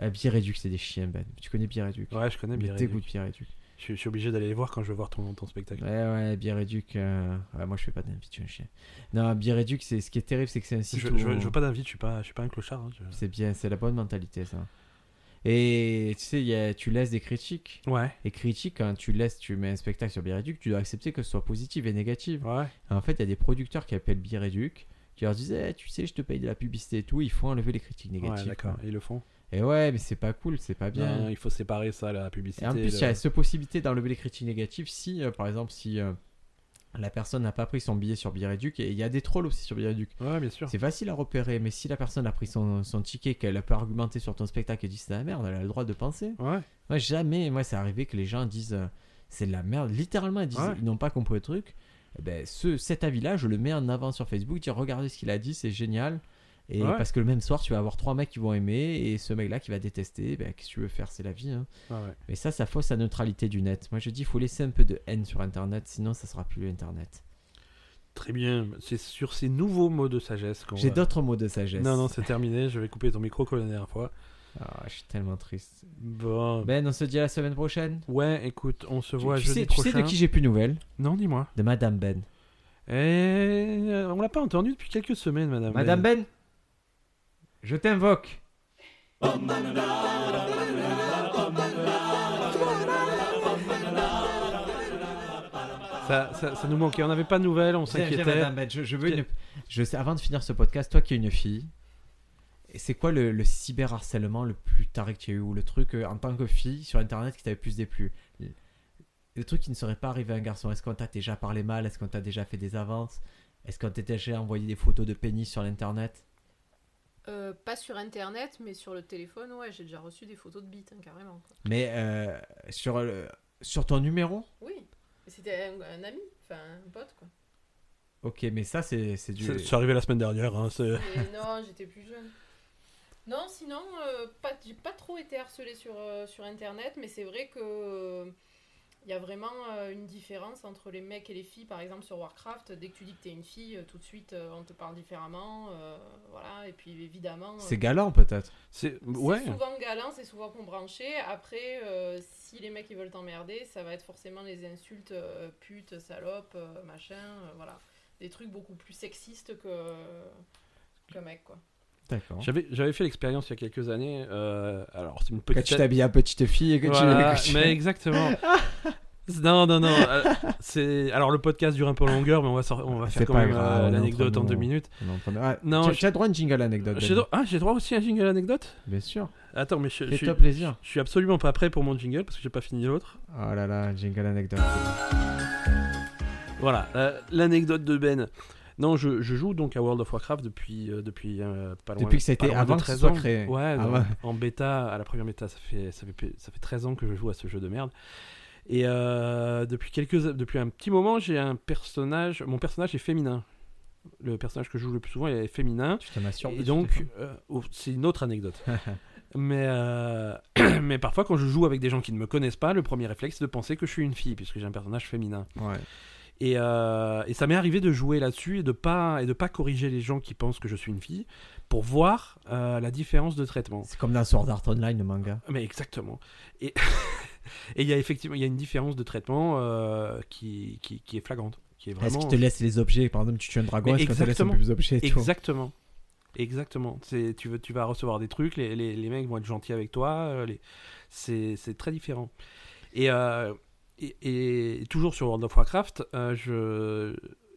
B: Euh, Bireduc, c'est des chiens, Ben. Tu connais Bireduc
A: Ouais, je connais
B: Mais
A: bien.
B: t'écoutes Bireduc.
A: Je suis je suis obligé d'aller les voir quand je vais voir ton, ton spectacle.
B: Ouais, ouais, Bireduc. euh, ouais, moi, je fais pas d'invite, tu es un chien. Non, Bireduc, c'est... ce qui est terrible, c'est que c'est un
A: Je,
B: site
A: je,
B: où-
A: je veux pas d'invite, je suis pas, je suis pas un clochard. hein, je-
B: C'est bien, c'est la bonne mentalité, ça. Et tu sais, il y a- tu laisses des critiques.
A: Ouais.
B: Et critiques, quand tu laisses, tu mets un spectacle sur Bireduc, tu dois accepter que ce soit positive et négative.
A: Ouais.
B: Et en fait, il y a des producteurs qui appellent Bireduc, qui leur disent Eh, Tu sais, je te paye de la publicité et tout, il faut enlever les critiques
A: Ouais,
B: négatives.
A: d'accord. Ils le font.
B: et ouais, mais c'est pas cool, c'est pas bien.
A: Non, il faut séparer ça, la publicité.
B: Et en plus,
A: le-
B: il y a cette possibilité d'enlever les critiques négatives si, euh, par exemple, si euh, la personne n'a pas pris son billet sur Bireduc, et il y a des trolls aussi sur Bireduc.
A: Ouais, bien sûr.
B: C'est facile à repérer, mais si la personne a pris son, son ticket, qu'elle a pas argumenté sur ton spectacle et dit c'est de la merde, elle a le droit de penser.
A: Ouais.
B: Moi, jamais, moi, c'est arrivé que les gens disent euh, c'est de la merde. Littéralement, ils, disent,
A: Ouais.
B: ils n'ont pas compris le truc. Eh ben, ce, cet avis-là, je le mets en avant sur Facebook, dire regardez ce qu'il a dit, c'est génial. Et
A: Ouais.
B: parce que le même soir, tu vas avoir trois mecs qui vont aimer et ce mec-là qui va détester. Ben, Qu'est-ce que tu veux faire C'est la vie. hein.
A: Ah ouais.
B: Mais ça, ça fausse la neutralité du net. Moi, je dis, il faut laisser un peu de haine sur Internet, sinon ça sera plus Internet.
A: Très bien. C'est sur ces nouveaux mots de sagesse qu'on.
B: J'ai
A: va-
B: d'autres mots de sagesse.
A: bah. Non, non, c'est terminé. Je vais couper ton micro comme la dernière
B: *laughs*
A: fois.
B: Ah, je suis tellement triste.
A: Bon.
B: Ben, on se dit à la semaine prochaine.
A: Ouais, écoute, on se
B: Tu-
A: voit
B: tu,
A: jeudi
B: sais, tu sais
A: prochain.
B: de qui j'ai plus de nouvelles
A: Non, dis-moi.
B: De Madame Ben.
A: Et euh, on l'a pas entendu depuis quelques semaines, madame.
B: Madame Ben Je t'invoque
A: Ça, ça, ça nous manquait. On n'avait pas de nouvelles, on
B: Viens, viens,
A: s'inquiétait.
B: Madame Ben, je, je veux
A: Qui-
B: une... Je sais, avant de finir ce podcast, toi qui es une fille, et c'est quoi le, le cyberharcèlement le plus taré que tu as eu Ou le truc euh, en tant que fille sur Internet qui t'avait plus déplu le, le truc qui ne serait pas arrivé à un garçon. Est-ce qu'on t'a déjà parlé mal Est-ce qu'on t'a déjà fait des avances Est-ce qu'on t'a déjà envoyé des photos de pénis sur l'Internet
D: Euh, pas sur internet, mais sur le téléphone, ouais, j'ai déjà reçu des photos de bites, hein, carrément. quoi.
B: Mais euh, sur, le- sur ton numéro
D: Oui, Mais c'était un, un ami, enfin un pote, *laughs* quoi.
B: Ok, mais ça, c'est c'est du...
A: C'est c'est arrivé la semaine dernière. Hein, c'est-
D: Mais non, j'étais plus jeune. Non, sinon, euh, pas, j'ai pas trop été harcelée sur, euh, sur internet, mais c'est vrai que. euh, Il y a vraiment euh, une différence entre les mecs et les filles, par exemple sur Warcraft. Dès que tu dis que t'es une fille, euh, tout de suite euh, on te parle différemment. euh, voilà, et puis évidemment. euh,
B: C'est galant peut-être.
A: C'est ouais.
D: C'est souvent galant, c'est souvent branché. Après, euh, si les mecs ils veulent t'emmerder, ça va être forcément les insultes euh, pute, salope, euh, machin, euh, voilà. Des trucs beaucoup plus sexistes que qu'un mec, quoi. *laughs*
B: D'accord.
A: J'avais j'avais fait l'expérience il y a quelques années. euh, alors c'est une
B: Quand
A: petite.
B: tu t'habilles à petite fille et *laughs* que
A: Voilà,
B: tu...
A: mais exactement. Non, non, non. euh, c'est alors le podcast dure un peu en longueur, mais on va sor- on va
B: Ah, C'est
A: faire quand
B: pas
A: même
B: grave,
A: euh,
B: on est
A: l'anecdote
B: entre
A: en deux
B: nous.
A: minutes.
B: On en prend- Ah,
A: Non,
B: tu-
A: je-
B: tu as droit à une jingle anecdote.
A: J'ai
B: Ben.
A: droit... Ah, j'ai droit aussi à un jingle anecdote.
B: Bien sûr.
A: Attends, mais je, je suis...
B: Fais-toi plaisir.
A: je suis absolument pas prêt pour mon jingle parce que j'ai pas fini l'autre.
B: Oh là là, jingle anecdote.
A: Voilà, euh, l'anecdote de Ben. Non, je, je joue donc à World of Warcraft depuis, euh, depuis euh, pas loin
B: Depuis que ça a été
A: pas loin de
B: avant que ce
A: 13
B: soit
A: ans.
B: créé.
A: Ouais,
B: Ah
A: donc,
B: ouais.
A: en bêta, à la première bêta, ça fait, ça, fait, ça fait 13 ans que je joue à ce jeu de merde. Et euh, depuis, quelques, depuis un petit moment, j'ai un personnage. Mon personnage est féminin. Le personnage que je joue le plus souvent est féminin.
B: Tu t'en assures.
A: Et donc, euh, oh, c'est une autre
B: *laughs*
A: anecdote. mais, euh, *clears throat* mais parfois, quand je joue avec des gens qui ne me connaissent pas, le premier réflexe, c'est de penser que je suis une fille, puisque j'ai un personnage féminin.
B: Ouais.
A: Et, euh, et ça m'est arrivé de jouer là-dessus et de pas et de pas corriger les gens qui pensent que je suis une fille pour voir euh, la différence de traitement.
B: C'est comme dans Sword Art Online, le manga.
A: Mais exactement. Et *laughs* et il y a effectivement il y a une différence de traitement euh, qui, qui, qui est flagrante, qui est
B: Est-ce
A: vraiment. euh, hein.
B: qu'il te laisse les objets Par exemple, tu tues un dragon,
A: Mais
B: est-ce qu'on te laisse un
A: exactement.
B: peu plus d'objets et tout
A: Exactement. Exactement. C'est, tu, veux, tu vas recevoir des trucs, les, les, les mecs vont être gentils avec toi. euh, les- c'est, c'est très différent. Et, euh, et, et toujours sur World of Warcraft, euh, je,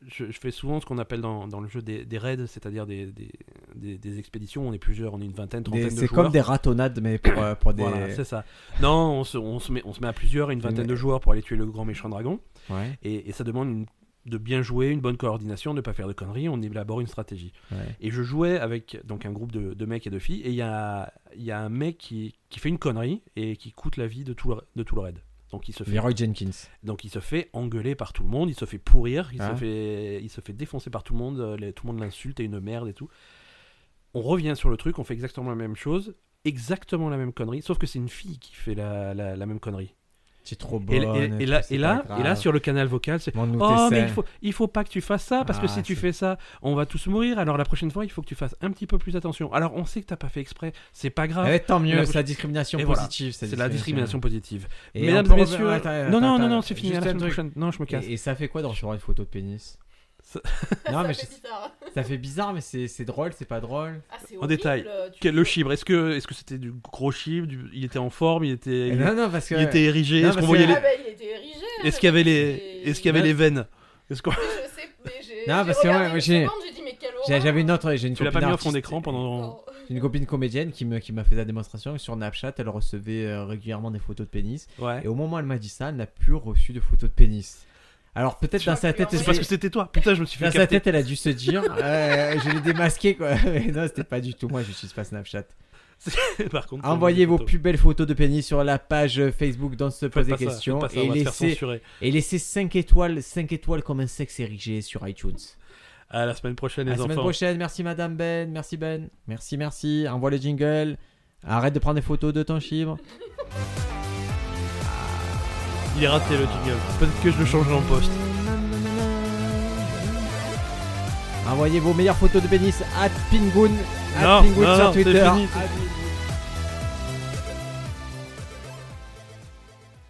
A: je, je fais souvent ce qu'on appelle dans, dans le jeu des, des raids, c'est-à-dire des, des, des- des expéditions. On est plusieurs, on est une vingtaine,
B: Des-
A: trentaine de
B: C'est
A: joueurs.
B: comme des ratonnades, mais pour, euh, pour des.
A: Voilà, c'est ça. Non, on se, on, se met, on se met à plusieurs, une vingtaine
B: Mais-
A: de joueurs pour aller tuer le grand méchant dragon.
B: Ouais,
A: Et, et ça demande une- de bien jouer, une bonne coordination, de ne pas faire de conneries. On élabore une stratégie.
B: ouais.
A: Et je jouais avec donc un groupe de, de mecs et de filles, et il y a, il y a un mec qui, qui fait une connerie et qui coûte la vie de tout le, de tout le raid. Donc il, se fait,
B: Leroy Jenkins.
A: donc il se fait engueuler par tout le monde, il se fait pourrir, il,
B: Ah.
A: se, fait, il se fait défoncer par tout le monde, euh, les- tout le monde l'insulte et une merde et tout. On revient sur le truc, on fait exactement la même chose, exactement la même connerie, sauf que c'est une fille qui fait la, la- la même connerie.
B: Tu es trop
A: Et-
B: bonne.
A: et- et, là,
B: c'est
A: et,
B: pas
A: là, et là,
B: grave.
A: sur le canal vocal, c'est
B: Montre-nous
A: Oh,
B: tes
A: mais il
B: seins.
A: faut, il faut pas que tu fasses ça, parce que
B: Ah,
A: si tu
B: c'est-
A: fais ça, on va tous mourir. Alors la prochaine fois, il faut que tu fasses un petit peu plus attention. Alors on sait que t'as pas fait exprès, c'est pas grave.
B: Eh, tant
A: Et
B: mieux,
A: la-
B: c'est la discrimination
A: Et voilà.
B: positive.
A: c'est de la discrimination positive.
B: Et
A: Mesdames
B: on
A: et
B: peut-
A: messieurs,
B: attends,
A: non, non, non,
B: attends,
A: non,
B: attends,
A: c'est fini.
B: juste
A: à la
B: un
A: semaine
B: truc.
A: prochaine. Non, je me casse.
B: Et, et ça fait quoi de recevoir une photo de pénis Non,
D: ça
A: *laughs*
B: mais
D: fait
B: je-
D: bizarre.
B: ça fait bizarre, mais c'est c'est drôle, c'est pas drôle.
D: Ah, c'est
A: En
D: horrible,
A: détail,
D: tu-
A: Quel- Le chibre, est-ce que est-ce que c'était du gros chibre du- Il était en forme, il était, il,
B: Eh Non, non, parce que.
A: il était érigé.
B: Non,
A: Est-ce qu'on
B: parce
A: voyait
B: que-
A: les,
D: Ah ben, il était érigé.
A: est-ce qu'il y avait les,
D: mais-
A: est-ce qu'il y avait
B: Non.
A: les veines Est-ce qu'on
D: Mais Je sais, mais j'ai.
B: Non,
D: j'ai
B: parce que
D: regardé
B: ouais, moi,
D: une
B: j'ai-
D: seconde, j'ai dit, mais quelle
B: J'ai-
D: horreur.
B: J'avais une autre, j'ai une
A: tu l'as
B: copine
A: pas mis en
B: artiste-
A: fond d'écran pendant
D: Oh.
B: J'ai une copine comédienne qui me, qui m'a fait la démonstration et sur Snapchat, elle recevait euh, régulièrement des photos de pénis.
A: Ouais.
B: Et oh, au moment où elle m'a dit ça, elle n'a plus reçu de photos de pénis. Alors peut-être
D: Tu
B: dans
D: vois,
B: sa
D: tu
B: tête, elle
D: vois,
A: C'est
D: moi,
B: s'est-
A: parce que c'était toi. Putain, je me suis fait
B: dans sa
A: capter.
B: tête, elle a dû se dire, euh, je l'ai démasqué quoi. *laughs* Mais non, c'était pas du tout moi, j'utilise pas Snapchat.
A: *laughs* Par contre,
B: Envoyez
A: on-
B: vos
A: on-
B: plus belles photos de pénis sur la page Facebook dans se
A: Faites
B: pose des
A: pas ça,
B: questions
A: faites pas ça,
B: et,
A: on va se faire
B: laissez,
A: censurer.
B: et laissez 5 étoiles, 5 étoiles comme un sexe érigé sur iTunes.
A: À la semaine prochaine,
B: à la
A: les
B: semaine
A: enfants.
B: prochaine, merci Madame Ben, merci Ben, merci, merci, envoie le jingle, arrête de prendre des photos de ton chibre.
A: Il est raté le jingle. Peut-être que je le changerai en poste.
B: Envoyez vos meilleures photos de pénis à Pingoon, à
A: Non,
B: Pingoon
A: non,
B: sur
A: non, c'est
B: Twitter.
A: fini, c'est
B: À-